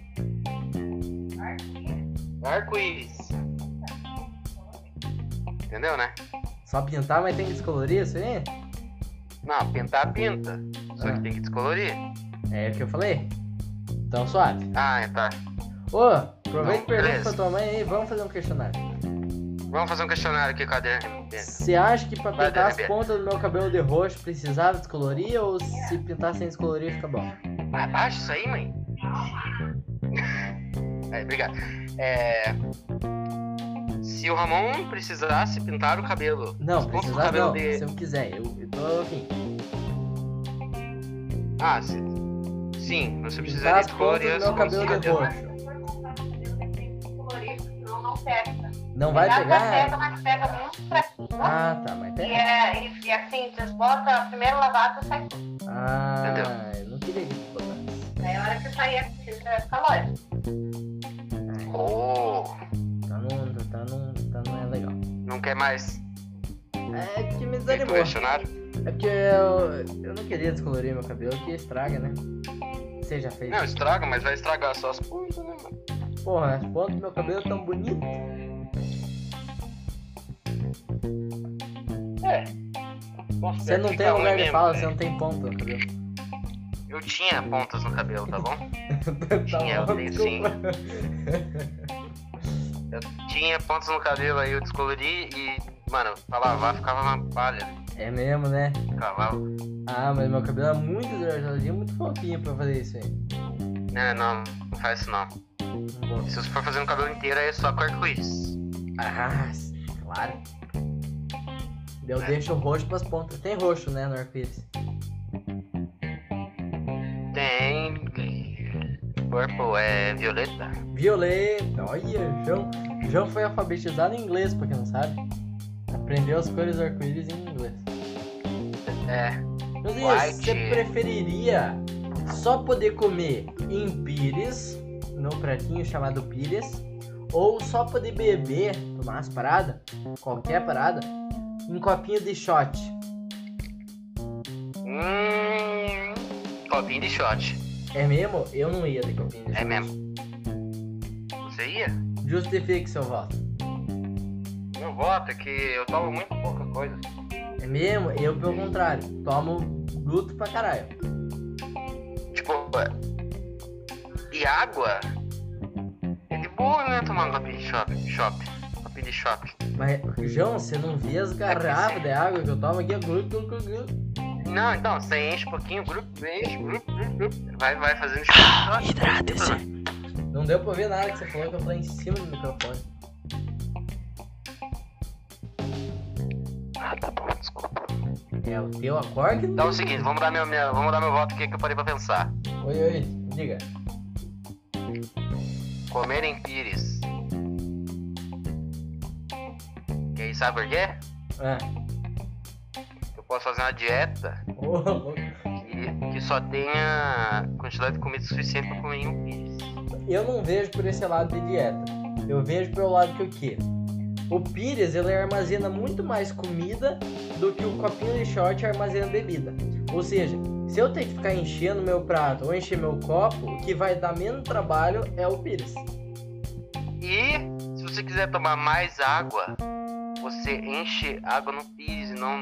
S2: Arco-íris. Entendeu, né?
S1: Só pintar, mas tem que descolorir assim? isso aí?
S2: Não, pintar pinta. Só
S1: Ah.
S2: que tem que descolorir.
S1: É o que eu falei? Então suave.
S2: Ah, tá.
S1: Ô, aproveita e
S2: Não,
S1: pergunta
S2: beleza.
S1: pra tua mãe aí, vamos fazer um questionário.
S2: Vamos fazer um questionário aqui, cadê? Dentro.
S1: Você acha que pra
S2: Vai,
S1: pintar as
S2: Dani Bia.
S1: pontas do meu cabelo de roxo precisava descolorir ou se pintar sem descolorir fica bom?
S2: Abaixa isso aí, mãe. Aí, obrigado. É, Se o Ramon precisasse pintar o cabelo.
S1: Não,
S2: os pontos do
S1: precisava
S2: cabelo
S1: não,
S2: de-
S1: se eu quiser. Eu, eu tô, enfim,
S2: Ah, se... sim,
S1: pintar
S2: você precisaria
S1: as pontas do
S2: descolorir as
S1: Tá meu
S2: pontas
S1: cabelo
S2: do
S1: de
S2: cabelo.
S1: roxo.
S3: Não, não pega.
S1: Não vai
S3: Pega,
S1: pegar?
S3: mas pega muito fraquinho.
S1: Ah, tá, mas
S3: E,
S1: pega.
S3: é, e, e assim, desbota primeiro lavado, sai tudo.
S1: Ah, eu não queria que botasse.
S3: Aí a hora que sair a cinza vai ficar lógico.
S2: Oh,
S1: Tá não, tá não, tá não é legal.
S2: não quer mais
S1: É que me
S2: ir pro
S1: desanimou.
S2: questionário?
S1: É porque eu, eu não queria descolorir meu cabelo, que estraga, né? Você já fez?
S2: Não, estraga, mas vai estragar só as pontas, né, mano?
S1: Porra, as pontas do meu cabelo tão bonitas.
S2: É. Posso
S1: Você não tem
S2: ficar
S1: lugar
S2: ruim
S1: de
S2: mesmo,
S1: fala,
S2: né?
S1: você não tem ponta no cabelo.
S2: Eu tinha pontas no cabelo, tá bom?
S1: Tá
S2: Tinha, eu
S1: bom,
S2: tenho sim.
S1: desculpa.
S2: Eu tinha pontos no cabelo aí, eu descolori e, mano, pra lavar ficava uma palha.
S1: É mesmo, né?
S2: Ficava,
S1: Ah, mas meu cabelo é muito hidratadinho, muito fofinho pra fazer isso aí.
S2: né, não, não faz isso não.
S1: Não vou-
S2: Se você for fazer um cabelo inteiro, aí é só com arco-íris.
S1: Ah, s- claro. Eu
S2: Né?
S1: deixo o roxo pras pontas. Tem roxo, né, no arco-íris?
S2: Tem. Purple é violeta.
S1: Violeta, olha, João. João foi alfabetizado em inglês, pra quem não sabe. Aprendeu as cores do arco-íris em inglês.
S2: É.
S1: Joãozinho,
S2: White.
S1: você preferiria só poder comer em pires, no pratinho chamado pires, ou só poder beber, tomar umas paradas, qualquer parada, em copinho de shot?
S2: Hum. Copinho de shot.
S1: É mesmo? Eu não ia de copinho de shot.
S2: É mesmo. Você ia?
S1: Justifique seu voto.
S2: Meu voto é que eu tomo muito pouca coisa.
S1: É mesmo? Eu, pelo
S2: Hum.
S1: contrário, tomo luto pra caralho.
S2: Tipo. E água? É de boa, né? Tomar um copinho de shop. Shop. Copinho de shop.
S1: Mas, João, você não vê as garrafas de água que eu tomo aqui? Glu, glu, glu, glu.
S2: Não, então, você enche um pouquinho, grupo, enche, grupo, grupo, grupo. Vai, vai fazendo shot. Hidrata-se.
S1: Não deu pra ouvir nada que você falou, que eu falei em cima do microfone.
S2: Ah, tá bom, desculpa.
S1: É o teu acorde?
S2: Então é o seguinte, vamos dar meu, minha, vamos dar meu voto aqui que eu parei pra pensar.
S1: Oi, oi, diga.
S2: Comer em pires. E aí, sabe por quê?
S1: Ah,
S2: Eu posso fazer uma dieta
S1: ô, louco.
S2: que, que só tenha quantidade de comida suficiente pra comer em um pires.
S1: eu não vejo por esse lado de dieta. Eu vejo pelo lado que eu quero. O Pires, ele armazena muito mais comida do que o copinho de shot armazena bebida. Ou seja, se eu tenho que ficar enchendo meu prato ou encher meu copo, o que vai dar menos trabalho é o Pires.
S2: E se você quiser tomar mais água, você enche água no pires e não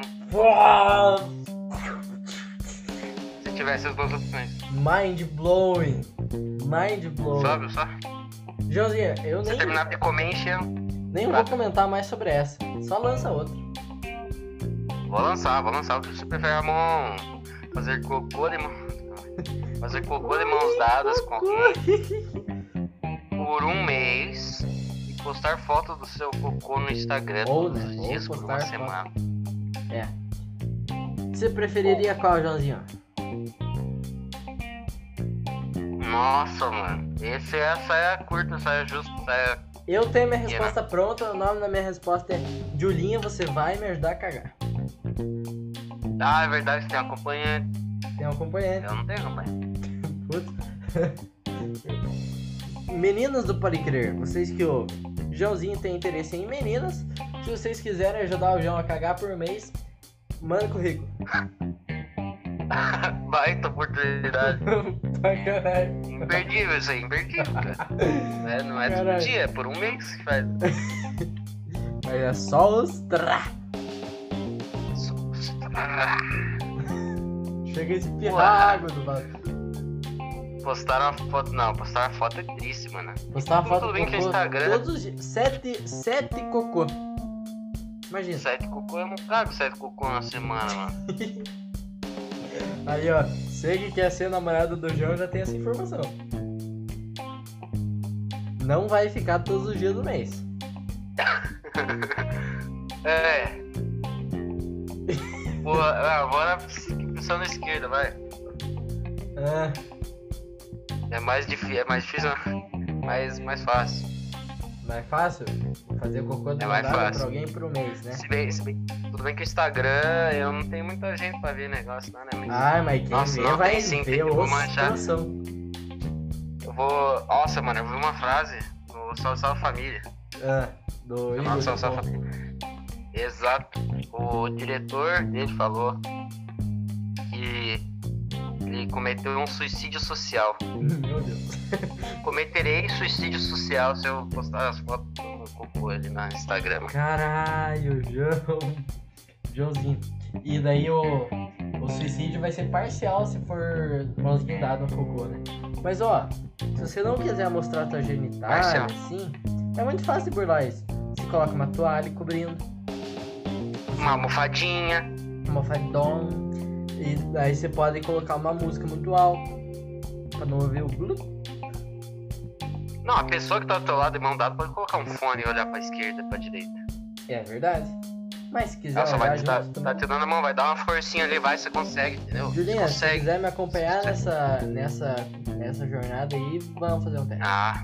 S2: se tivesse as duas opções.
S1: Mind blowing. Mind blowing.
S2: Só, viu? Só.
S1: Joãozinho, eu
S2: Você
S1: nem,
S2: terminar de comer, encher.
S1: nem vou comentar mais sobre essa. Só lança outra.
S2: Vou lançar, vou lançar o que você prefere a mão. Fazer cocô de mão. Fazer cocô de mãos dadas com alguém por um mês e postar foto do seu cocô no Instagram
S1: Ou,
S2: todos
S1: né,
S2: os
S1: ou
S2: dias por
S1: postar
S2: uma
S1: foto.
S2: semana.
S1: É. Você preferiria qual, Joãozinho?
S2: Nossa, mano. Esse é a saia curta, saia justa, é- saia.
S1: Eu tenho minha resposta pronta. O nome da minha resposta é Julinha, você vai me ajudar a cagar.
S2: Ah, é verdade, tem acompanhante.
S1: Tem um acompanhante.
S2: Eu não tenho acompanhante.
S1: Putz. Meninas do Pode Crer, vocês que ouvem. Joãozinho tem interesse em meninas. Se vocês quiserem ajudar o João a cagar por mês, manda currículo.
S2: Baita oportunidade.
S1: Pra caralho.
S2: Imperdível isso aí, imperdível, cara. Não é, não é todo
S1: Caralho.
S2: dia, é por um mês que faz.
S1: Mas é só os tra.
S2: isso.
S1: Chega a espirrar água do vaso.
S2: Postaram uma foto. Não, postar uma foto é triste, mano.
S1: Postar uma
S2: Tudo
S1: foto
S2: bem
S1: do
S2: que é
S1: cocô né?
S2: Instagram.
S1: todos os dias. Sete, sete cocô. Imagina.
S2: Sete cocô eu não cago sete cocô na semana, mano.
S1: Aí, ó, você que quer ser namorado do João já tem essa informação. Não vai ficar todos os dias do mês.
S2: É. Porra, ah, agora pensando na esquerda, vai.
S1: Ah,
S2: É mais difícil, é mais difícil, não. mais, mais fácil.
S1: mais é fácil fazer cocô do
S2: É mais
S1: namorado
S2: fácil.
S1: pra alguém por um mês, né?
S2: Se bem, se bem. Tudo bem que o Instagram eu não tenho muita gente pra ver negócio, não, né? Mas
S1: Ai, Ah, mas quem
S2: Nossa,
S1: vê
S2: não,
S1: vai
S2: tem sim, tem
S1: ver
S2: que
S1: o
S2: manchar.
S1: situação.
S2: eu vou. Nossa, mano, eu vi uma frase no Salve Salve Família.
S1: Ah, do
S2: Eu
S1: Igor
S2: não sou
S1: de
S2: só
S1: Paula.
S2: Exato. O diretor dele falou que ele cometeu um suicídio social.
S1: Meu Deus.
S2: Cometerei suicídio social se eu postar as fotos do meu cocô ali no Instagram.
S1: Caralho, João. Joãozinho. E daí o, o suicídio vai ser parcial se for mãos guindadas no cocô, né? Mas ó, se você não quiser mostrar tua genitália
S2: Parcial.
S1: assim, é muito fácil de burlar isso. Você coloca uma toalha cobrindo,
S2: Uma almofadinha.
S1: uma fadom, e daí você pode colocar uma música muito alta. Pra não ouvir o blu.
S2: Não, a pessoa que tá do teu lado e mão dada pode colocar um fone e olhar pra esquerda, pra direita.
S1: É verdade. Mas se quiser
S2: Ela só
S1: olhar
S2: vai te dar,
S1: junto
S2: tá
S1: também.
S2: te dando a mão, vai dar uma forcinha ali, vai, você consegue, entendeu? Você
S1: Juliana, né? se
S2: consegue.
S1: quiser me acompanhar nessa, nessa, nessa jornada aí, vamos fazer um teste.
S2: Ah.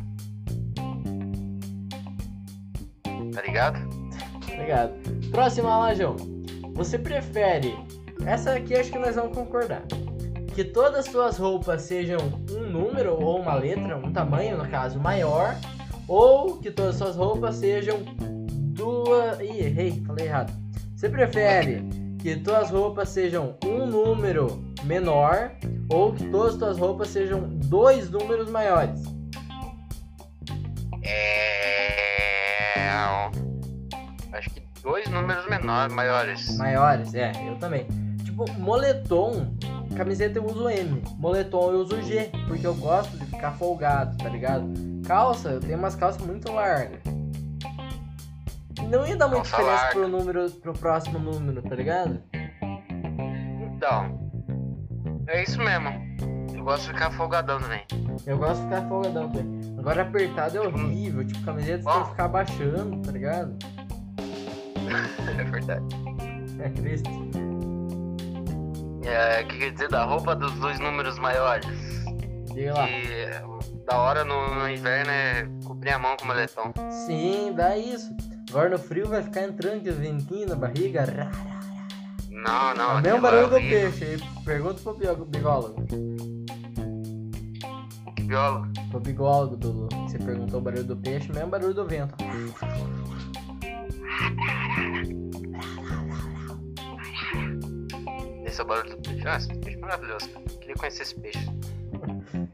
S2: Tá ligado?
S1: Obrigado. Próxima lá, João. Você prefere. Essa aqui acho que nós vamos concordar. Que todas as suas roupas sejam um número ou uma letra, um tamanho, no caso, maior. Ou que todas as suas roupas sejam duas. Ih, errei, falei errado. Você prefere que tuas roupas sejam um número menor ou que todas as tuas roupas sejam dois números maiores?
S2: É. Acho que dois números menores, maiores.
S1: Maiores, é, eu também. Tipo, moletom, camiseta eu uso M, moletom eu uso G, porque eu gosto de ficar folgado, tá ligado? Calça, eu tenho umas calças muito largas. Não ia dar muita
S2: Calça
S1: diferença
S2: larga.
S1: pro número, pro próximo número, tá ligado?
S2: Então. É isso mesmo. Eu gosto de ficar folgadão também.
S1: Eu gosto de ficar folgadão também. Agora apertado é horrível, tipo, camiseta você tem que ficar abaixando, tá ligado?
S2: É verdade.
S1: É triste.
S2: é, que quer dizer da roupa dos dois números maiores.
S1: Diga lá.
S2: Que é, da hora no, no inverno é cobrir a mão com moletom.
S1: Sim, dá isso. Agora no frio vai ficar entrando que o ventinho na barriga. Rá, rá.
S2: Não,
S1: É
S2: não.
S1: o
S2: aquilo
S1: mesmo barulho
S2: é
S1: do
S2: horrível.
S1: peixe. aí Pergunta pro bió- biólogo.
S2: Que biólogo.
S1: Pro biólogo, Dudu. Você perguntou o barulho do peixe, mesmo barulho do vento.
S2: Esse é o barulho do peixe. Nossa, esse peixe é maravilhoso. cara. Queria conhecer esse peixe.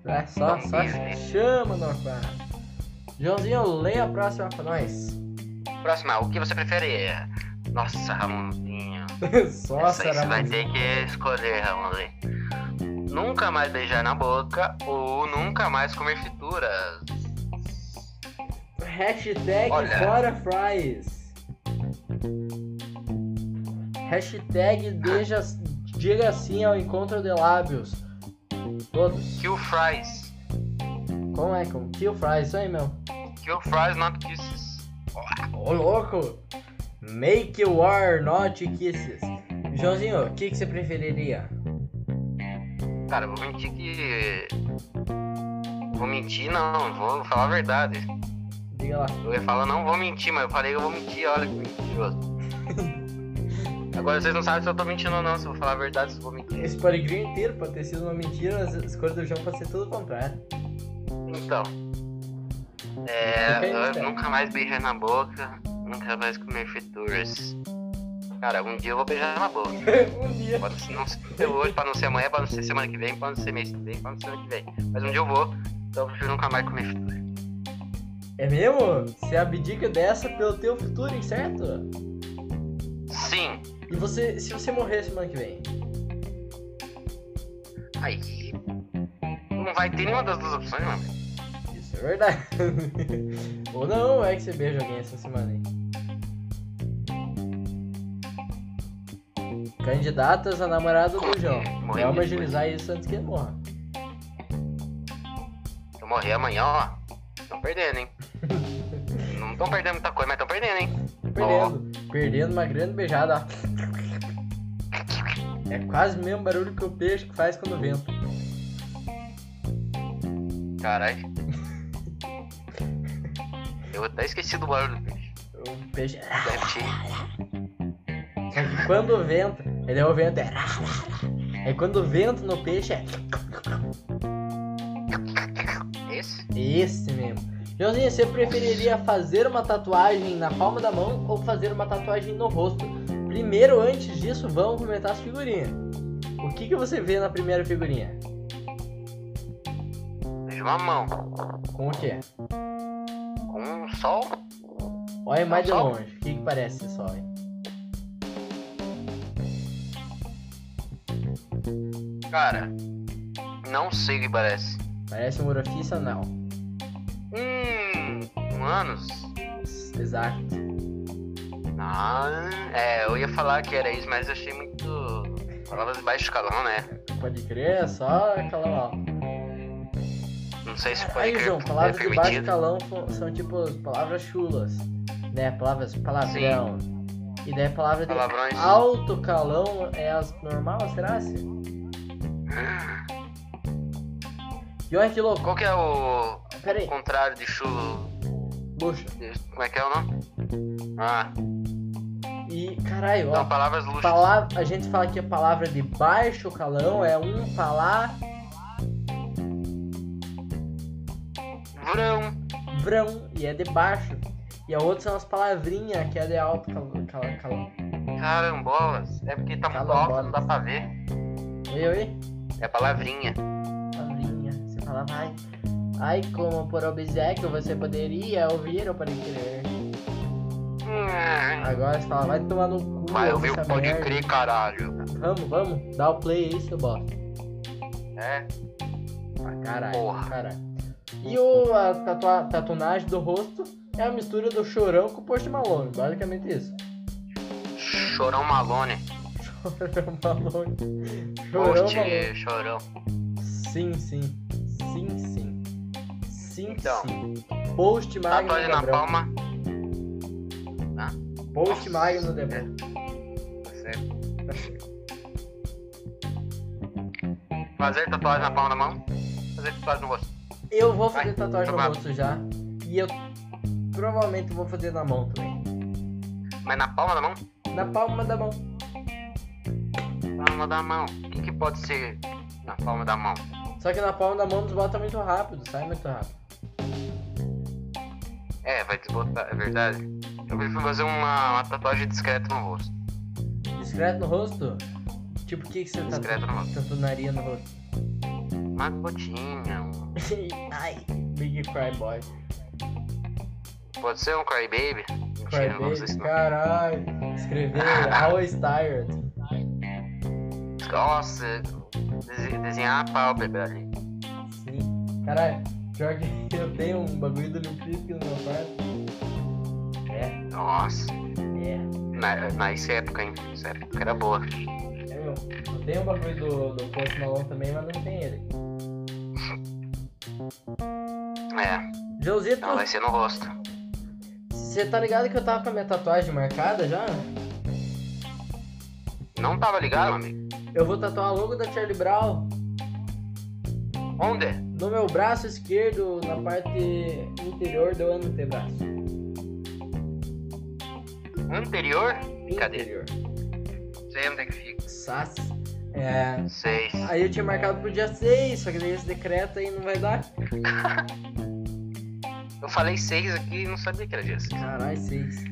S1: É só, só
S2: né?
S1: chama, Norfá. Joãozinho, lê a próxima pra nós.
S2: Próxima, ah, o que você prefere? Nossa, Ramonzinho.
S1: só
S2: Essa aí você vai
S1: Saramanzinho.
S2: ter que escolher, Ramonzinho. Nunca mais beijar na boca ou nunca mais comer frituras.
S1: Hashtag
S2: Olha.
S1: fora fries. Hashtag deixa, diga sim ao encontro de lábios. Todos.
S2: Kill fries.
S1: Como é? Com kill fries, isso aí mesmo.
S2: Kill fries, not kisses.
S1: Ô louco! Make war not kisses. Joãozinho, o que, que você preferiria?
S2: Cara, eu vou mentir que. Vou mentir, não. Vou falar a verdade.
S1: Diga lá.
S2: Eu ia falar, não vou mentir, mas eu falei, eu vou mentir, olha que mentiroso. Agora vocês não sabem se eu tô mentindo ou não, se eu vou falar a verdade, se eu vou mentir.
S1: Esse poligrinho inteiro pode ter sido uma mentira, mas a escolha do João pode ser tudo o contrário.
S2: Então. É.
S1: Fica aí,
S2: eu
S1: cara.
S2: nunca mais beijar na boca, nunca mais comer frituras. Cara, algum dia eu vou beijar na boca.
S1: um dia.
S2: Pode ser- não ser hoje, pra não ser amanhã, pra não ser semana que vem, pra não ser mês que vem, pra não ser ano que vem. Mas um dia eu vou, então eu prefiro nunca mais comer fritura.
S1: É mesmo? Você abdica dessa pelo teu futuro, certo?
S2: Sim!
S1: E você, se você morrer semana que vem?
S2: Aí. Não vai ter nenhuma das duas opções, mano.
S1: Isso é verdade. Ou não, é que você beija alguém essa semana aí. Candidatas a namorada do João. Vamos
S2: Morrer depois.
S1: agilizar isso antes que ele morra.
S2: Se eu morrer amanhã, ó, tão perdendo, hein? não tão perdendo muita coisa, mas tão perdendo, hein?
S1: Perdendo. Perdendo uma grande beijada. ó. É quase o mesmo barulho que o peixe que faz quando venta.
S2: Caralho. Eu até esqueci do barulho do peixe.
S1: O peixe.
S2: Vou repetir.
S1: Só que quando venta, ele é o vento. É. É quando o vento no peixe é.
S2: Esse?
S1: Esse mesmo. Joãozinho, você preferiria fazer uma tatuagem na palma da mão ou fazer uma tatuagem no rosto? Primeiro, antes disso, vamos comentar as figurinhas. O que, que você vê na primeira figurinha?
S2: De uma mão.
S1: Com o quê?
S2: Com um sol.
S1: Olha é mais de
S2: Sol?
S1: longe. O que, que parece esse sol? aí?
S2: Cara. Não sei o que parece.
S1: Parece um orifício anal.
S2: Hum. Um ânus?
S1: Exato.
S2: Ah, é, eu ia falar que era isso, mas eu achei muito. Palavras de baixo escalão, né?
S1: Pode crer, é só aquela lá.
S2: Não sei se pode
S1: Aí,
S2: crer
S1: João,
S2: que
S1: palavras
S2: é
S1: de baixo
S2: permitido.
S1: calão fo- são tipo as palavras chulas, né? Palavras palavrão. E daí palavra de
S2: Palavrões.
S1: alto calão é as normal, será? -se? E olha que louco,
S2: Qual que é o
S1: pera aí,
S2: contrário de chulo?
S1: bucha.
S2: Como é que é o nome? Ah,
S1: E caralho,
S2: não,
S1: ó,
S2: palavras luxo.
S1: palavra, a gente fala que a palavra de baixo calão é um palavrão.
S2: Vrão.
S1: vrão, e é de baixo. E a outra são as palavrinhas, que é de alto calão. Cal, cal.
S2: Carambolas. É porque tá muito alto, não dá pra ver.
S1: Oi, oi?
S2: É palavrinha.
S1: Palavrinha. Você fala, ai. Ai, como por obséquio você poderia ouvir ou pode crer.
S2: Hum,
S1: Agora você fala, vai tomar no cu.
S2: Vai ouvir
S1: essa
S2: o pode
S1: merda.
S2: crer, caralho.
S1: Vamos, vamos. Dá o play aí, seu bosta.
S2: É.
S1: Ah, caralho,
S2: Porra.
S1: caralho. E o, a tatua, tatunagem do rosto é a mistura do chorão com o post malone. Basicamente isso.
S2: Chorão Malone.
S1: Chorão malone. Chorão
S2: Post,
S1: malone.
S2: chorão.
S1: Sim, sim. Sim, sim. Sim,
S2: Então.
S1: sim. Post Magno
S2: Tatuagem na
S1: Debrão.
S2: palma.
S1: Post Magno Debrão.
S2: Tá certo. Fazer tatuagem na palma da mão, fazer tatuagem no rosto.
S1: Eu vou fazer
S2: Vai,
S1: tatuagem no
S2: vai.
S1: rosto já. E eu provavelmente vou fazer na mão também.
S2: Mas na palma da mão?
S1: Na palma da mão.
S2: Palma da mão. O que, que pode ser na palma da mão?
S1: Só que na palma da mão desbota muito rápido, sai muito rápido.
S2: É, vai desbotar, é verdade. Eu prefiro fazer uma, uma tatuagem discreta no rosto.
S1: Discreto no rosto? Tipo, o que, que você tatu...
S2: Discreto no rosto.
S1: tatuaria no rosto?
S2: Uma gotinha, um-
S1: Ai, Big Cry Boy.
S2: pode ser um crybaby?
S1: Cry
S2: Mentira, não sei
S1: Baby,
S2: se não.
S1: caralho. Escrever Always Tired.
S2: Nossa, dese- desenhar a pálpebra ali.
S1: Sim. Caralho, pior que eu tenho um bagulho do Lil Peep no meu quarto. É,
S2: Nossa,
S1: é.
S2: na, nessa época, hein? Nessa época era boa.
S1: Eu, eu tenho um bagulho do, do Post Malone também, mas não tem ele.
S2: É,
S1: Josito,
S2: não vai ser no rosto.
S1: você tá ligado que eu tava com a minha tatuagem marcada já?
S2: Não tava ligado, amigo?
S1: Eu vou tatuar o logo da Charlie Brown
S2: Onde?
S1: no meu braço esquerdo, na parte interior do antebraço.
S2: Anterior? Brincadeira.
S1: Interior.
S2: Sei onde é que fica.
S1: Sass. É.
S2: Sei.
S1: Aí eu tinha marcado pro dia 6, só que daí esse decreto aí não vai dar.
S2: Eu falei seis aqui e não sabia que era dia seis.
S1: Caralho, 6.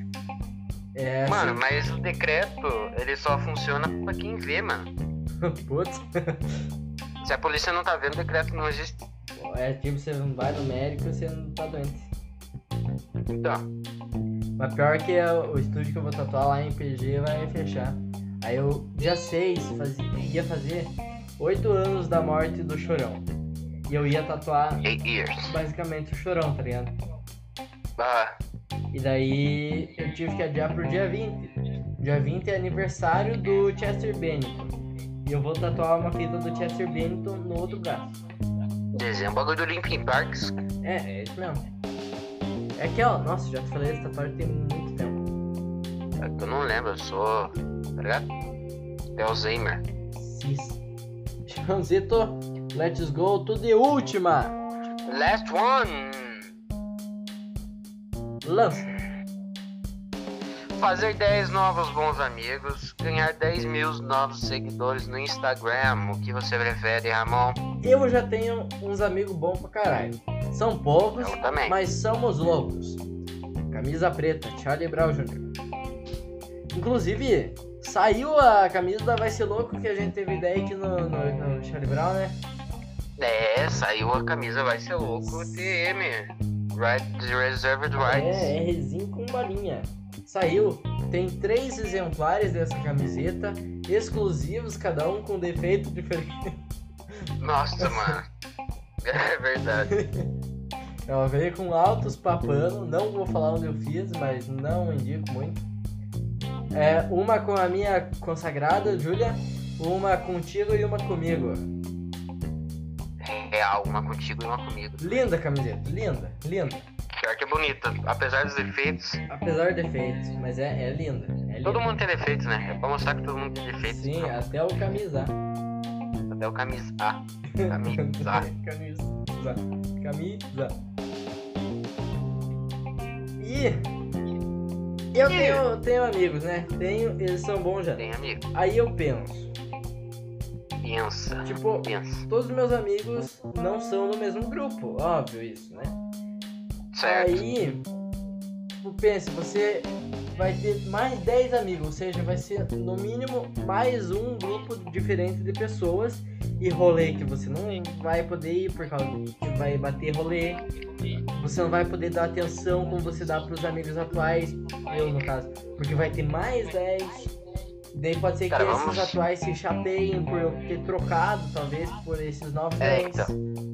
S1: É.
S2: Mano, mas o decreto, ele só funciona pra quem vê, mano.
S1: assim, Putz.
S2: Se a polícia não tá vendo, o decreto não existe.
S1: É tipo, você não vai no médico você não tá doente.
S2: Então,
S1: Mas pior que é o estúdio que eu vou tatuar lá em PG vai fechar. Aí eu, dia 6, fazia, ia fazer 8 anos da morte do Chorão. E eu ia tatuar
S2: eight years.
S1: basicamente o Chorão, tá ligado?
S2: Ah,
S1: E daí eu tive que adiar pro dia 20. Dia 20 é aniversário do Chester Bennington. E eu vou tatuar uma fita do Chester Bennington no outro braço.
S2: desenho. O bagulho do Linkin Park.
S1: É, é isso mesmo. É que, ó, nossa, já te falei essa tatuagem tem muito tempo.
S2: Eu não lembro, eu sou. Tá ligado? É Alzheimer.
S1: Cis. Joãozito, let's go to the última!
S2: Last one!
S1: Lança.
S2: Fazer 10 novos bons amigos, ganhar 10 mil novos seguidores no Instagram. O que você prefere, Ramon?
S1: Eu já tenho uns amigos bons pra caralho. São poucos,
S2: Eu também.
S1: mas somos loucos. Camisa preta, Charlie Brown Jr. Inclusive, saiu a camisa da Vai Ser Louco que a gente teve ideia aqui no, no, no Charlie Brown, né?
S2: É, saiu a camisa, vai ser louco, TM. Right, Reserved Rights.
S1: É, Rzinho com balinha. Saiu. Tem três exemplares dessa camiseta, exclusivos, cada um com defeito diferente.
S2: Nossa, mano. É verdade.
S1: Ela veio com altos papano, não vou falar onde eu fiz, mas não indico muito. É, uma com a minha consagrada, Júlia, uma contigo e uma comigo.
S2: Real, uma É, contigo e uma comigo.
S1: Linda camiseta, linda, linda.
S2: Pior que é bonita, apesar dos defeitos.
S1: Apesar de defeitos, mas é, é linda. É linda.
S2: Todo mundo tem defeitos, né? É pra mostrar que todo mundo tem defeitos. então,
S1: Sim, é. até o camisar.
S2: Até o camisa. Ah, camisa.
S1: camisa. Camisa. E eu
S2: E?
S1: tenho, tenho amigos, né? Tenho, eles são bons já.
S2: Tem amigo.
S1: Aí eu penso,
S2: Pensa.
S1: tipo,
S2: Pensa.
S1: todos os meus amigos não são no mesmo grupo, óbvio isso, né?
S2: Certo.
S1: Aí, tipo, pense, você vai ter mais 10 amigos, ou seja, vai ser no mínimo mais um grupo diferente de pessoas e rolê que você não vai poder ir por causa que vai bater rolê. Você não vai poder dar atenção como você dá pros amigos atuais, eu no caso, porque vai ter mais 10. Daí pode ser que
S2: Cara,
S1: esses
S2: vamos-
S1: atuais se chateiem por eu ter trocado, talvez, por esses novos
S2: É,
S1: 10.
S2: então.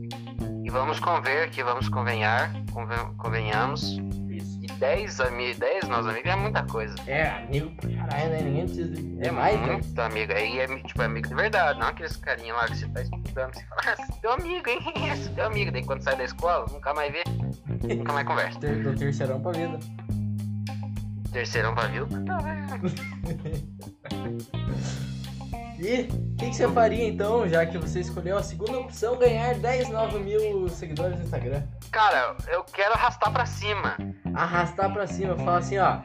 S2: E vamos conver que vamos convenhar, conven- convenhamos.
S1: Isso.
S2: E 10 amigos, 10 nós amigos é muita coisa.
S1: É, amigo pra caralho, né? Ninguém precisa de... É mais, né?
S2: muito amigo. Aí é tipo amigo de verdade, não aqueles carinha lá que você tá estudando, que você fala, ah, esse teu amigo, hein? Esse teu amigo. Daí quando sai da escola, nunca mais vê, nunca mais conversa.
S1: Ter- do terceirão pra vida.
S2: Terceirão pra viu?
S1: E E o que, que você faria então, já que você escolheu a segunda opção, ganhar 10 novos mil seguidores no Instagram?
S2: Cara, eu quero arrastar pra cima.
S1: Arrastar pra cima, fala assim, ó.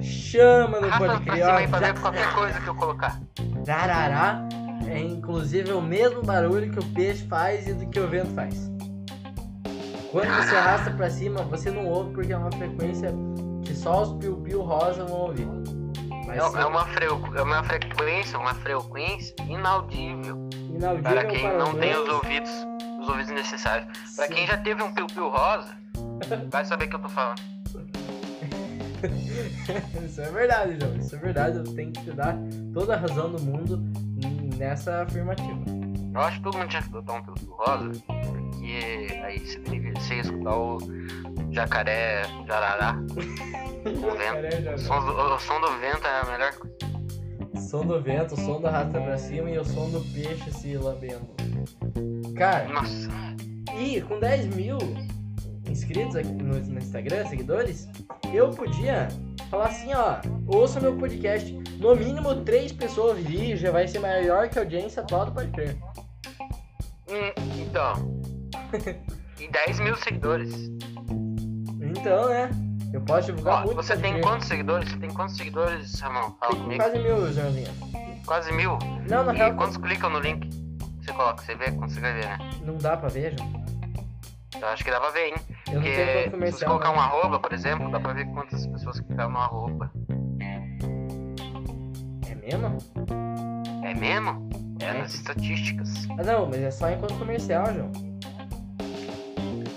S1: Chama no
S2: Arrasta pra
S1: podcast.
S2: cima e
S1: né?
S2: fazer qualquer coisa que eu colocar.
S1: Tarará é inclusive o mesmo barulho que o peixe faz e do que o vento faz. Quando você arrasta pra cima, você não ouve porque é uma frequência que só os piu-piu rosa vão ouvir.
S2: É,
S1: Mas
S2: é uma freu- é uma frequência, uma frequência inaudível.
S1: inaudível
S2: Para quem não tem os
S1: nós.
S2: ouvidos, os ouvidos necessários. Pra
S1: Sim.
S2: quem já teve um piu-piu rosa, vai saber o que eu tô falando.
S1: Isso é verdade, João. Isso é verdade. Eu tenho que te dar toda a razão do mundo nessa afirmativa.
S2: Eu acho que todo mundo tinha que botar um piu-piu rosa, porque aí você teve- você ia escutar o jacaré, jarará.
S1: Jacaré,
S2: O
S1: João.
S2: som do, o som do vento é a melhor coisa.
S1: Som do vento, som do arrasta pra cima e o som do peixe se lambendo. Cara,
S2: Nossa,
S1: E com 10 mil inscritos aqui no, no Instagram, seguidores, eu podia falar assim, ó, ouça meu podcast. No mínimo três pessoas ouvir, já vai ser maior que a audiência atual do Pode Crer.
S2: Hum, então. e 10 mil seguidores.
S1: Então, né? Eu posso divulgar
S2: Ó,
S1: Tá muito.
S2: você
S1: Pode
S2: tem
S1: Crer.
S2: quantos seguidores? Você tem quantos seguidores, Ramon? Fala
S1: Tem
S2: comigo.
S1: quase mil, Joãozinho.
S2: Quase mil.
S1: Não, na
S2: E
S1: real,
S2: quantos clicam no link? Você coloca, você vê quando você vai ver, né?
S1: não dá pra ver, João.
S2: Eu acho que dá pra ver, hein?
S1: Eu não tenho
S2: Porque
S1: quanto
S2: se você
S1: comercial. é.
S2: colocar um arroba, por exemplo, dá pra ver quantas pessoas clicaram no arroba.
S1: É mesmo?
S2: É mesmo? É
S1: É.
S2: nas estatísticas.
S1: Ah, não, mas é só enquanto comercial, João.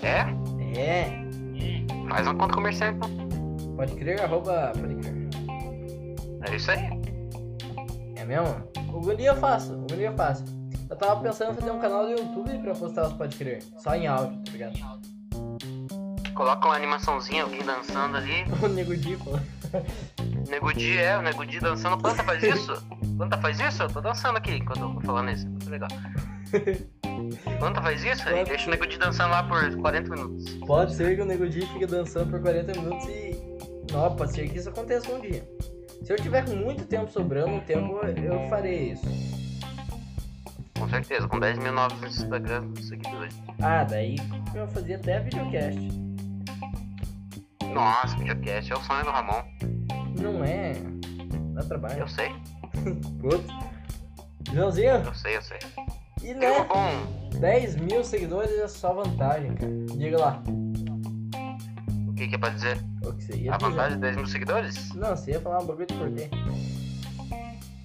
S2: É?
S1: É,
S2: Faz uma conta comercial então.
S1: pode crer, arroba, pode crer.
S2: É isso aí.
S1: É mesmo? Algum dia eu faço, algum dia eu faço. Eu tava pensando em fazer um canal do YouTube pra postar os Pode Crer, só em áudio, tá ligado?
S2: Coloca uma animaçãozinha, alguém dançando ali.
S1: O Nego Di falou.
S2: Negudi é, o Negudi dançando. Planta faz isso? Planta faz isso? Eu tô dançando aqui enquanto eu tô falando isso. Muito legal. Planta faz isso e deixa o Negudi dançando lá por 40 minutos.
S1: Pode ser que o Nego Di fique dançando por 40 minutos e... Não, pode ser que isso aconteça um dia. Se eu tiver com muito tempo sobrando, um tempo eu farei isso.
S2: Com certeza, com 10 mil novos no Instagram seguidores.
S1: Ah, daí eu fazia até videocast.
S2: Nossa, videocast é o sonho do Ramon.
S1: Não é... Dá trabalho.
S2: Eu sei,
S1: Puto. Joãozinho,
S2: eu sei, eu sei.
S1: e
S2: Tem um
S1: né?
S2: bom.
S1: 10 mil seguidores é só vantagem, cara. Diga lá.
S2: O que, que é pra dizer?
S1: O que você ia
S2: A
S1: dizer?
S2: vantagem de 10 mil seguidores?
S1: Não, você ia falar um bagulho de porquê.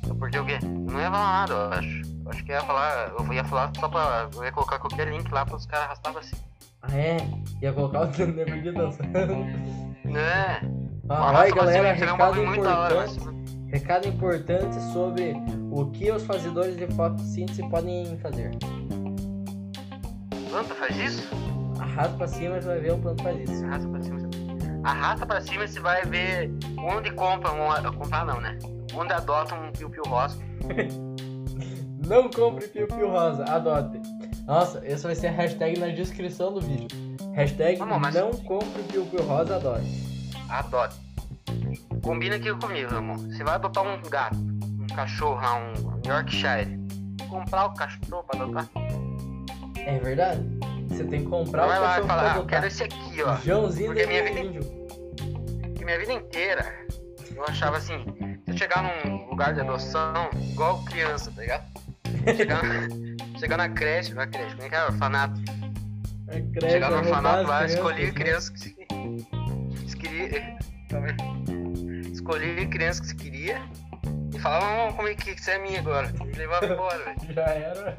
S2: Eu perdi o quê? Não ia falar nada, eu acho. Eu acho que ia falar. Eu ia falar só pra. Eu ia colocar qualquer link lá pros caras arrastar pra cima.
S1: Ah, é? Ia colocar o Tendo Negro de dançando.
S2: Né?
S1: Ah, Olha,
S2: Arrasta pra cima,
S1: galera,
S2: seria um
S1: recado
S2: bagulho muito da hora, mas-
S1: importante, recado importante sobre o que os fazedores de fotossíntese podem fazer.
S2: Planta faz isso?
S1: Arrasta pra cima e vai ver o plano faz isso.
S2: Arrasta pra cima. Arrasta pra cima e você vai ver onde compra um. Comprar não, né? Onde adota um piu-piu rosa.
S1: Não compre Piu Piu Rosa, adote. Nossa, essa vai ser a hashtag na descrição do vídeo. Hashtag
S2: Amor, mas-
S1: não compre Piu Piu Rosa, adote.
S2: Adota. Combina aqui comigo, amor. Você vai adotar um gato, um cachorro, lá, um Yorkshire. Comprar o cachorro pra adotar.
S1: É verdade? Você tem que comprar
S2: Vai
S1: o
S2: lá e
S1: cachorro pra
S2: falar, ah, eu
S1: adotar.
S2: quero esse aqui, ó.
S1: Joãozinho
S2: porque
S1: da
S2: a minha vida é-
S1: Índio.
S2: Que minha vida inteira eu achava assim, se eu chegar num lugar de adoção, igual criança, tá ligado? Chegar, na- chegar na creche, na creche, como é que é? Orfanato.
S1: É credo,
S2: Chegar no
S1: vai roubar
S2: orfanato
S1: as
S2: lá,
S1: crianças,
S2: escolhi
S1: né?
S2: criança que se que se queria. Também. Escolhi criança que se queria. E falava, "Não, como é que que você é minha agora? Me levava embora, velho.
S1: Já era.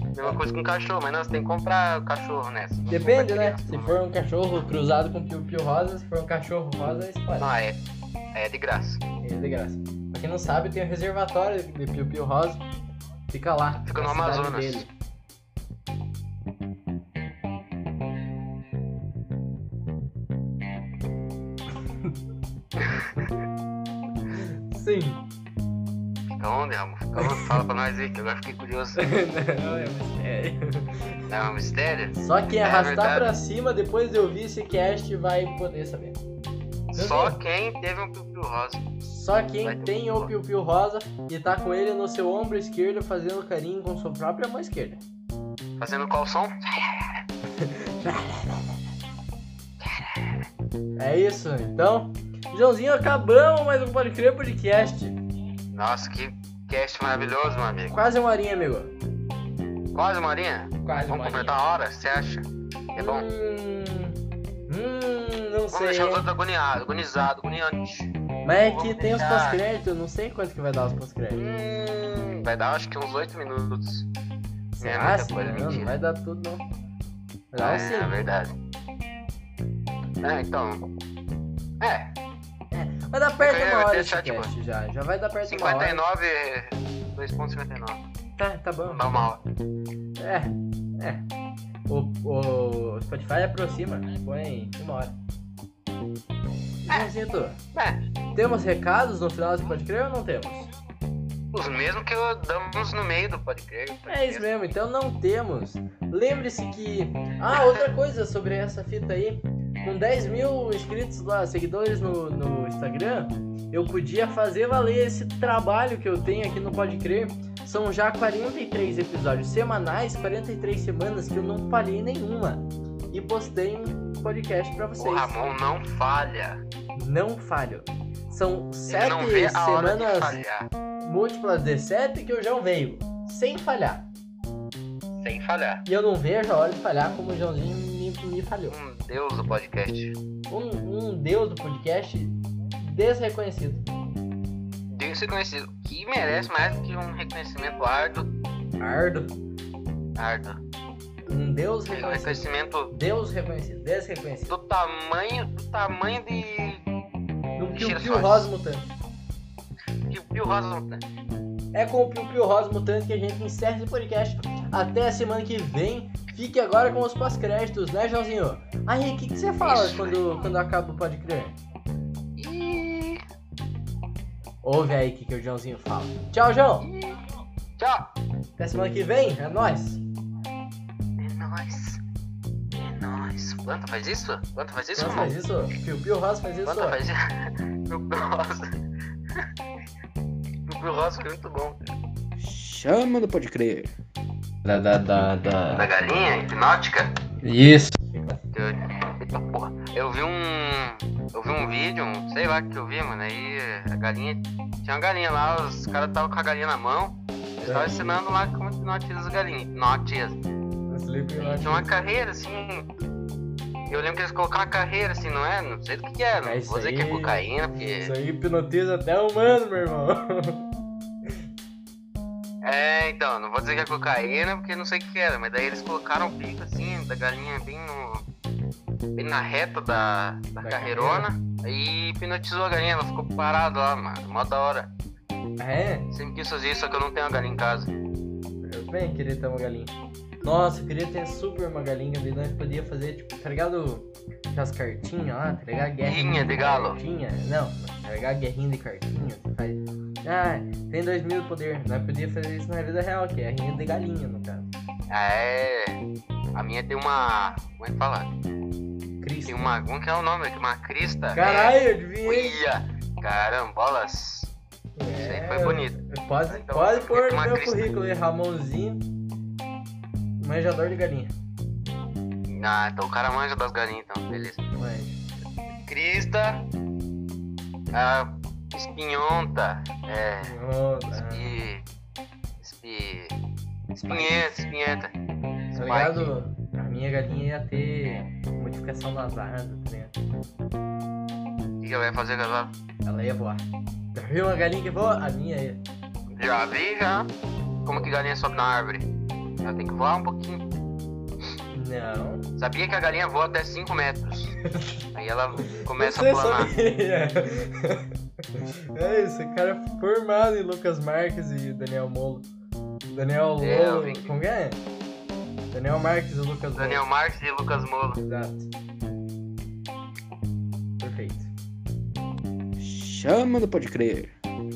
S2: Mesma coisa com cachorro, mas não, você tem que comprar o cachorro nessa. não
S1: Depende,
S2: compra
S1: né?
S2: criança,
S1: Se
S2: não.
S1: for um cachorro cruzado com piu-piu rosa, se for um cachorro rosa, é espalha.
S2: Não, é. É de graça.
S1: É de graça. Pra quem não sabe, tem um reservatório de piu-piu rosa. Fica lá.
S2: Fica
S1: na
S2: no
S1: cidade
S2: Amazonas.
S1: dele. Sim.
S2: Fica onde, amor? Fica onde? Fala pra nós aí, que agora fiquei curioso.
S1: Não, é mistério.
S2: É um mistério?
S1: Só quem
S2: É
S1: arrastar
S2: verdade.
S1: pra cima depois de ouvir esse cast vai poder saber.
S2: Só quem teve um piu-piu rosa.
S1: Só quem
S2: Vai ter
S1: tem
S2: um
S1: o piu-piu rosa e tá com ele no seu ombro esquerdo fazendo carinho com sua própria mão esquerda.
S2: Fazendo qual som?
S1: É isso, então. Joãozinho, acabamos mais um Pode Crer Podcast.
S2: Nossa, que cast maravilhoso, meu amigo.
S1: Quase uma horinha, amigo.
S2: Quase uma horinha?
S1: Quase
S2: Vamos completar uma hora, você acha? É bom?
S1: Hum, hum, não
S2: Vamos
S1: sei.
S2: deixar os
S1: hein?
S2: outros agoniados, agonizados, agoniantes.
S1: Mas é que
S2: Vamos
S1: tem os
S2: deixar.
S1: pós-créditos, eu não sei quanto que vai dar os pós-créditos.
S2: Hum, vai dar acho que uns 8 minutos.
S1: Será?
S2: É muita
S1: assim?
S2: coisa,
S1: não, não
S2: mentira.
S1: vai dar tudo, não. Vai dar
S2: é,
S1: uns
S2: é
S1: cinco.
S2: verdade. É, então. É,
S1: Vai dar perto de
S2: Eu
S1: uma
S2: ia
S1: hora esse
S2: deixar, tipo,
S1: cast já. Já vai dar perto de uma hora.
S2: 59. 2,59.
S1: Tá, tá bom.
S2: Não dá uma hora.
S1: É, é. O, o Spotify aproxima, põe uma hora. Joãozinho, tu,
S2: É,
S1: temos recados no final do Pode Crer ou não temos?
S2: os mesmos que eu damos no meio do podcast.
S1: É isso mesmo, então não temos. Lembre-se que. Ah, outra coisa sobre essa fita aí. Com 10 mil inscritos lá, seguidores no, no Instagram, eu podia fazer valer esse trabalho que eu tenho aqui no Pode Crer. São já 43 episódios semanais, 43 semanas que eu não falhei nenhuma. E postei um podcast pra
S2: O
S1: vocês.
S2: Ramon não falha.
S1: Não falho. São
S2: Ele não vê
S1: 7
S2: a hora de
S1: semanas
S2: falhar.
S1: múltiplas de 7 que eu já venho. Sem falhar.
S2: Sem falhar.
S1: E eu não vejo a hora de falhar como o Joãozinho me, me falhou.
S2: Um deus do podcast.
S1: Um, um deus do podcast desreconhecido.
S2: Deus reconhecido. Que merece mais do que um reconhecimento árduo.
S1: Ardo.
S2: Árduo.
S1: Um deus
S2: Um
S1: reconhecido.
S2: reconhecimento
S1: Deus reconhecido. Desreconhecido.
S2: do tamanho. Do tamanho de.
S1: Do Piu
S2: Tira
S1: Piu
S2: só.
S1: Rosa Mutante.
S2: de Pio Rosa. né?
S1: É com o Piu Piu Rosa Mutante que a gente encerra esse podcast. Até a semana que vem. Fique agora com os pós-créditos, né, Joãozinho? Aí, o que, que você fala
S2: Isso.
S1: quando, quando acaba o Pode Crer?
S2: Ih,
S1: Ouve aí o que, que o Joãozinho fala. Tchau, João.
S2: Tchau.
S1: Até semana que vem. É nóis.
S2: É nóis. É nóis. Planta faz isso? Planta faz isso,
S1: Nossa,
S2: Ramon?
S1: faz isso. Piu Piu Rosa faz isso.
S2: Planta faz isso. Pio Pio Rosa. Pio Pio Rosa foi é muito bom.
S4: Chama do Pode Crer. Da, da, da, da.
S2: Da galinha hipnótica.
S4: Isso.
S1: Tá
S2: Que eu- Eita porra. Eu vi um. Eu vi um vídeo, um- sei lá o que eu vi, mano. Aí a galinha. Tinha uma galinha lá, os caras estavam com a galinha na mão. Eles
S1: É.
S2: estavam ensinando lá como hipnotiza as galinhas. Hipnotiza. Tinha uma carreira assim. Eu lembro que eles colocaram uma carreira assim, não é? Não sei do que, que é, não
S1: É isso
S2: vou dizer que é
S1: aí.
S2: cocaína, porque.
S1: Isso aí hipnotiza até o humano, meu irmão.
S2: É, então, não vou dizer que é cocaína, porque não sei o que era, mas daí eles colocaram o bico assim, da galinha bem no. bem na reta da,
S1: Da
S2: da, carreirona, aí hipnotizou a galinha, ela ficou parada lá, mano, mó da hora.
S1: É?
S2: Sempre quis fazer isso, só que eu não tenho a galinha em casa.
S1: Eu bem queria ter uma galinha. Nossa, eu queria ter super uma galinha, daí nós né? podia fazer, tipo, tá ligado? Aquelas cartinhas lá, tá ligado?
S2: Guerrinha de galo.
S1: Cartinha. Não, tá ligado? Guerrinha de cartinha. Você faz... Ah, tem dois mil de poder. Nós podíamos fazer isso na vida real, que é rinha de galinha, no caso.
S2: É. A minha tem uma. Como é que fala? Tem
S1: Cristo.
S2: uma. Como que é o nome? Tem uma crista.
S1: Caralho, eu
S2: É,
S1: adivinhei.
S2: uia, carambolas. Isso
S1: É,
S2: aí foi bonito.
S1: Pode,
S2: Então,
S1: pode
S2: tem
S1: pôr
S2: que
S1: no
S2: tomar
S1: meu
S2: Cristo.
S1: currículo aí, Ramonzinho. Manjador de galinha.
S2: Ah, então o cara manja das galinhas, então, beleza.
S1: Mas...
S2: Crista, a espinhonta, é,
S1: Nossa,
S2: espi, espi, espinheta, espinheta,
S1: tá ligado? A minha galinha ia
S2: É.
S1: ter modificação nas asas, tá ligado?
S2: o que que ela vai fazer com ela?
S1: Ela ia voar. Já viu uma galinha que voa? A minha ia.
S2: Já vi, já. Como que galinha sobe na árvore? Ela tem que voar um pouquinho.
S1: Não.
S2: Sabia que a galinha voa até 5 metros. Aí ela começa
S1: Você
S2: a planar.
S1: sabia? é isso, o cara é formado em Lucas Marques e Daniel Molo. Daniel Lolo.
S2: É, eu vi.
S1: como que é? Daniel Marques e Lucas Molo.
S2: Daniel Marques e Lucas Molo.
S1: Exato. Perfeito.
S4: Chama do Pode Crer.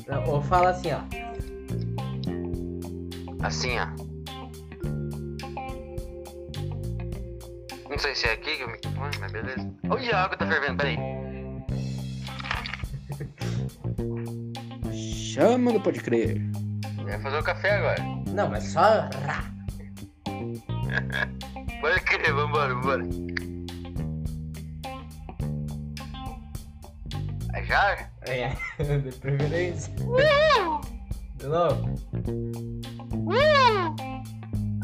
S1: Não, Ou fala assim, ó.
S2: Assim, ó. Não sei se é aqui que eu me. Mas beleza. Olha, a água tá fervendo, peraí.
S4: Chama no Pode Crer.
S2: Vai fazer o café agora.
S5: Não, mas só. rá.
S2: Pode crer, vambora, vambora. Aí Já?
S5: É, de preferência. De novo.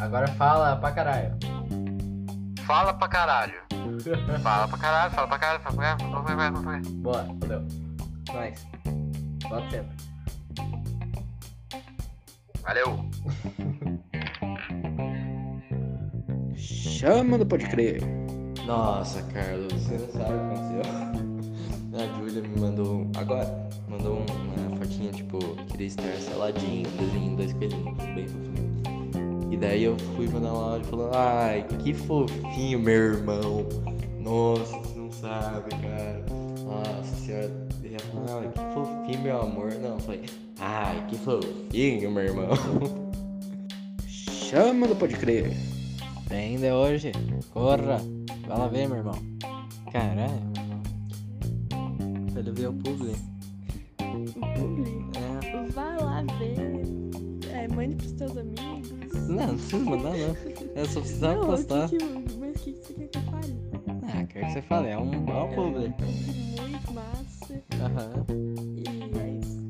S5: Agora fala pra caralho.
S2: Fala pra caralho. Fala pra caralho, fala pra caralho, fala pra caralho, fala pra caralho, fala pra caralho.
S5: Boa, valeu. Nice. Bota sempre.
S2: Valeu.
S4: Chama no Pode Crer.
S6: Nossa, Carlos, você não sabe o que aconteceu. A Júlia me mandou um- agora, mandou um- uma fotinha, tipo, queria estar saladinho, um desenho, dois coelhinhos, bem fofinho. E daí eu fui mandar um áudio falando, ai, que fofinho, meu irmão. Nossa, você não sabe, cara. Nossa senhora. E ela falou, ai, que fofinho, meu amor. Não, eu falei, ai, que fofinho, meu irmão.
S4: Chama no Pode Crer.
S1: Ainda é hoje. Corra. Vai lá ver, meu irmão. Caralho, meu irmão. Ele veio o publi. É.
S7: Vai lá ver. É, mande pros teus amigos.
S1: Não, não precisa mandar, não. Eu só precisava
S7: Não, o
S1: postar.
S7: que que eu- mas o que, que você quer que eu fale?
S1: Ah, quer que você fale. É um, é um
S7: É um
S1: publi.
S7: vídeo muito massa.
S1: Aham.
S7: E é isso.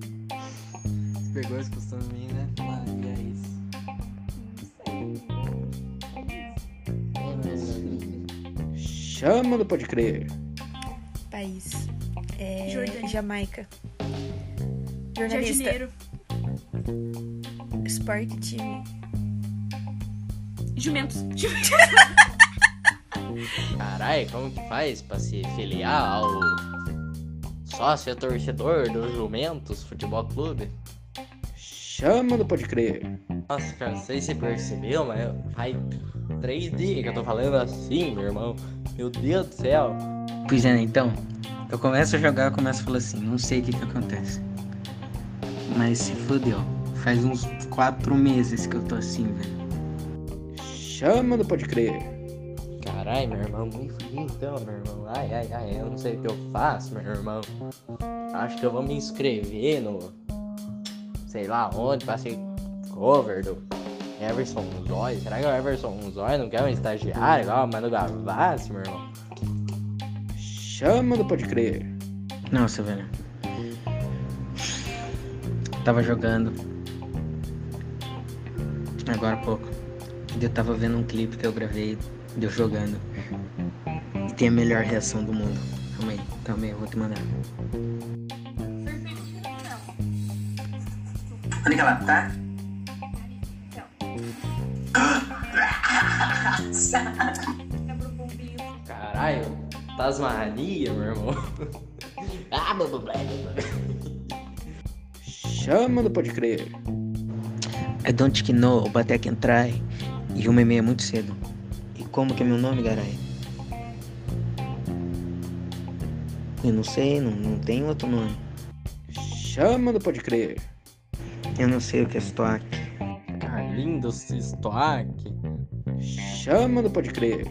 S1: Você pegou esse costume em mim, né? Ah, e é isso.
S4: Chama no Pode Crer.
S8: País. É, Jamaica. Jornalista.
S9: Jardineiro.
S8: Esporte time.
S9: Jumentos.
S1: Caralho, como que faz pra se filiar ao sócio torcedor do Jumentos Futebol Clube?
S4: Chama no Pode Crer.
S1: Nossa, cara, não sei se você percebeu, mas eu- faz três dias que eu tô falando assim, meu irmão. Meu Deus do céu.
S10: Pois é, né? então. Eu começo a jogar, eu começo a falar assim, não sei o que que acontece. Mas se fodeu. Faz uns quatro meses que eu tô assim, velho.
S4: Chama no Pode Crer.
S1: Caralho, meu irmão, me fudi então, meu irmão. Ai, ai, ai, eu não sei o que eu faço, meu irmão. Acho que eu vou me inscrever no. sei lá onde, pra ser cover do Everson Zói. Será que é o Everson Zói não quer um estagiário igual o Mano Gavassi, meu irmão?
S4: Chama no Pode Crer.
S10: Nossa, velho. Tava jogando. Agora há pouco. E Eu tava vendo um clipe que eu gravei de eu jogando. E tem a melhor reação do mundo. Calma aí, calma aí, eu vou te mandar. Liga lá, tá?
S1: Caralho, Tasmania, meu irmão. ah, blá, blá, blá, blá, blá.
S4: Chama no Pode Crer.
S10: I don't know but I can try. E uma e meia muito cedo. E como que é meu nome, garai? Eu não sei, não, não tem outro nome.
S4: Chama no Pode Crer.
S10: Eu não sei o que é estoque.
S1: Carlinhos Sistoac.
S4: Chama no Pode Crer.